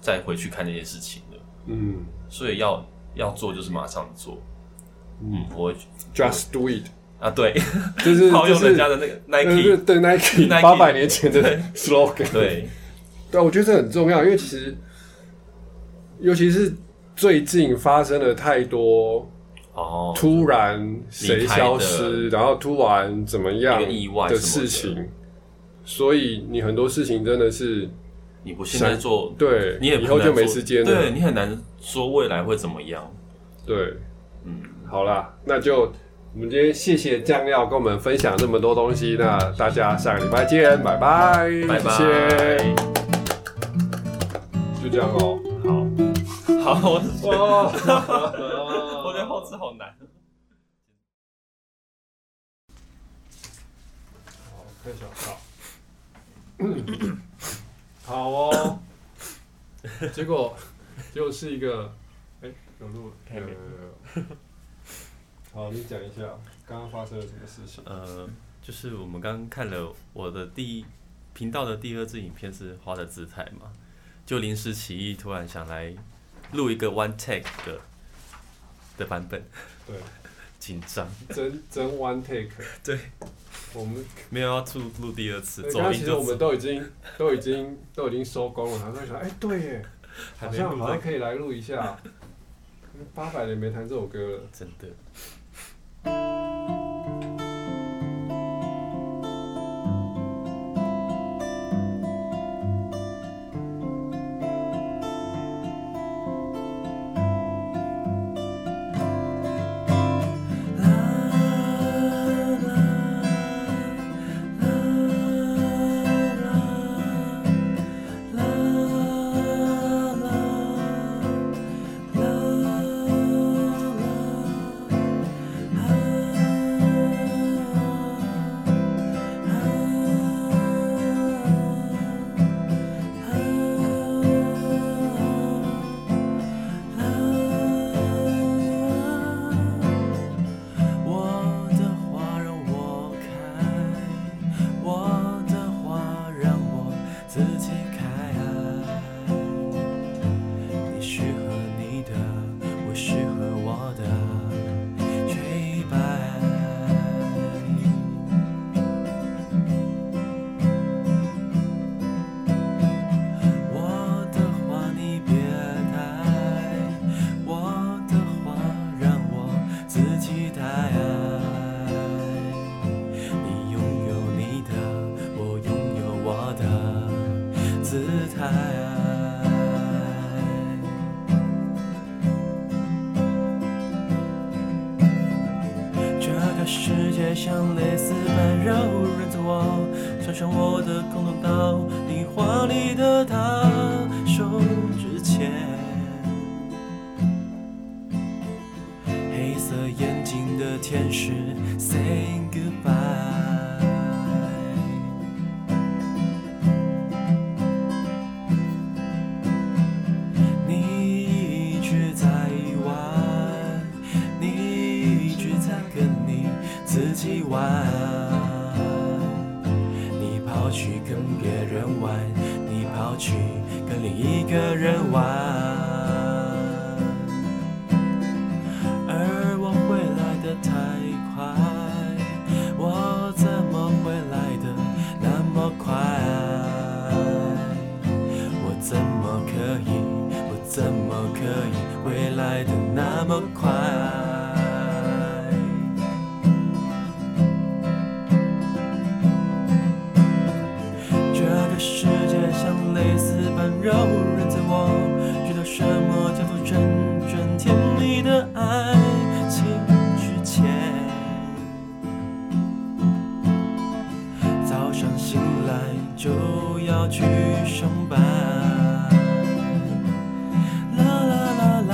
[SPEAKER 2] 再回去看这件事情了。
[SPEAKER 1] 嗯
[SPEAKER 2] 所以要要做就是马上做。嗯，我会
[SPEAKER 1] ，just do it，
[SPEAKER 2] 啊，对，
[SPEAKER 1] 就是
[SPEAKER 2] 套
[SPEAKER 1] 就
[SPEAKER 2] 用人
[SPEAKER 1] 是
[SPEAKER 2] 家的那个
[SPEAKER 1] 对对 对
[SPEAKER 2] Nike，
[SPEAKER 1] Nike
[SPEAKER 2] Nike
[SPEAKER 1] 八百年前的
[SPEAKER 2] 对
[SPEAKER 1] slogan，
[SPEAKER 2] 对，
[SPEAKER 1] 对，我觉得这很重要，因为其实，尤其是最近发生了太多
[SPEAKER 2] 哦，
[SPEAKER 1] 突然谁
[SPEAKER 2] 离开的
[SPEAKER 1] 消失，然后突然怎么样
[SPEAKER 2] 一个意外
[SPEAKER 1] 的
[SPEAKER 2] 什么
[SPEAKER 1] 事
[SPEAKER 2] 的
[SPEAKER 1] 情，所以你很多事情真的是
[SPEAKER 2] 你不现在做，
[SPEAKER 1] 对，
[SPEAKER 2] 你也
[SPEAKER 1] 以
[SPEAKER 2] 不
[SPEAKER 1] 后就
[SPEAKER 2] 能
[SPEAKER 1] 没
[SPEAKER 2] 做
[SPEAKER 1] 时间
[SPEAKER 2] 对
[SPEAKER 1] 了。
[SPEAKER 2] 你很难说未来会怎么样。
[SPEAKER 1] 对，
[SPEAKER 2] 嗯，
[SPEAKER 1] 好啦，那就我们今天谢谢酱料跟我们分享这么多东西，那大家下个礼拜见，拜拜，
[SPEAKER 2] 拜拜。
[SPEAKER 1] 谢谢，就这样哦。
[SPEAKER 2] 好，好， 我
[SPEAKER 1] 哦，
[SPEAKER 2] 我觉得后置好难。
[SPEAKER 1] 开小号。 好哦，结果结果是一个，哎、有录了，有有有有。好，你讲一下刚刚发生了什么事情。
[SPEAKER 2] 呃，就是我们刚刚看了我的第一频道的第二支影片是花的姿态嘛，就临时起意，突然想来录一个 one take 的的版本，
[SPEAKER 1] 对，
[SPEAKER 2] 紧张，
[SPEAKER 1] 真真 one take。
[SPEAKER 2] 对，
[SPEAKER 1] 我们
[SPEAKER 2] 没有要录录第二次，
[SPEAKER 1] 刚
[SPEAKER 2] 走
[SPEAKER 1] 刚
[SPEAKER 2] 音
[SPEAKER 1] 其实
[SPEAKER 2] 就
[SPEAKER 1] 我们都已经都已经都已经收工了，然后就想，哎、对耶，
[SPEAKER 2] 还
[SPEAKER 1] 好
[SPEAKER 2] 没
[SPEAKER 1] 像
[SPEAKER 2] 录
[SPEAKER 1] 好
[SPEAKER 2] 到
[SPEAKER 1] 像，可以来录一下。八百年没弹这首歌了。
[SPEAKER 2] 真的。
[SPEAKER 3] 我的花让我开，我的花让我自己开。你适合你的，我适合我的吹白。我的花你别带，我的花让我自己带。你拥有你的，我拥有我的姿态。这个世界像蕾丝般柔软着我，穿上哦我的空洞刀，你华丽的大手指尖，黑色眼睛的天使，say goodbye。你一直在玩，你一直在跟你自己玩。你跑去跟别人玩，你跑去跟另一个人玩。而我会来的太快，我怎么会来的那么快？我怎么可以？我怎么可以回来的那么快？这个世界像蕾丝般柔软着我，知道什么叫做真正甜蜜的爱情之前。早上醒来就要去上班。啦啦啦啦。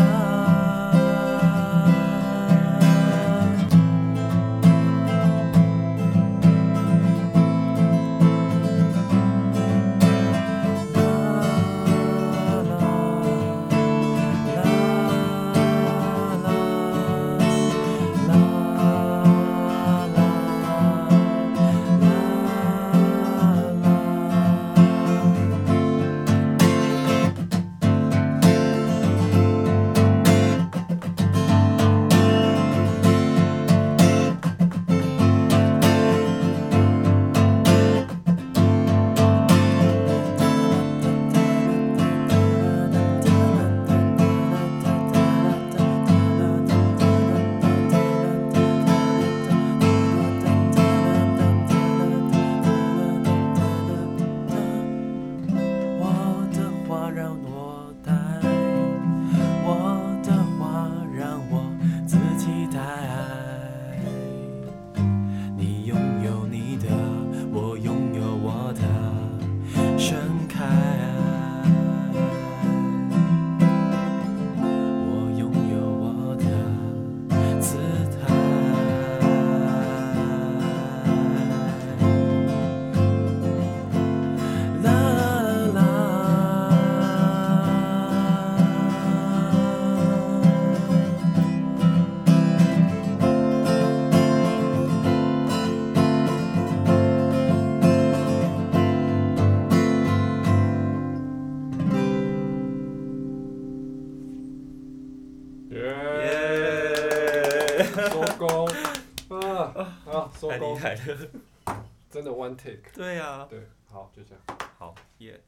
[SPEAKER 1] 啊，收
[SPEAKER 3] 太厉
[SPEAKER 1] 工，
[SPEAKER 3] 害了。
[SPEAKER 1] 真的 one take，
[SPEAKER 3] 对啊，
[SPEAKER 1] 对，好，就这样。
[SPEAKER 2] 好耶。
[SPEAKER 1] 耶、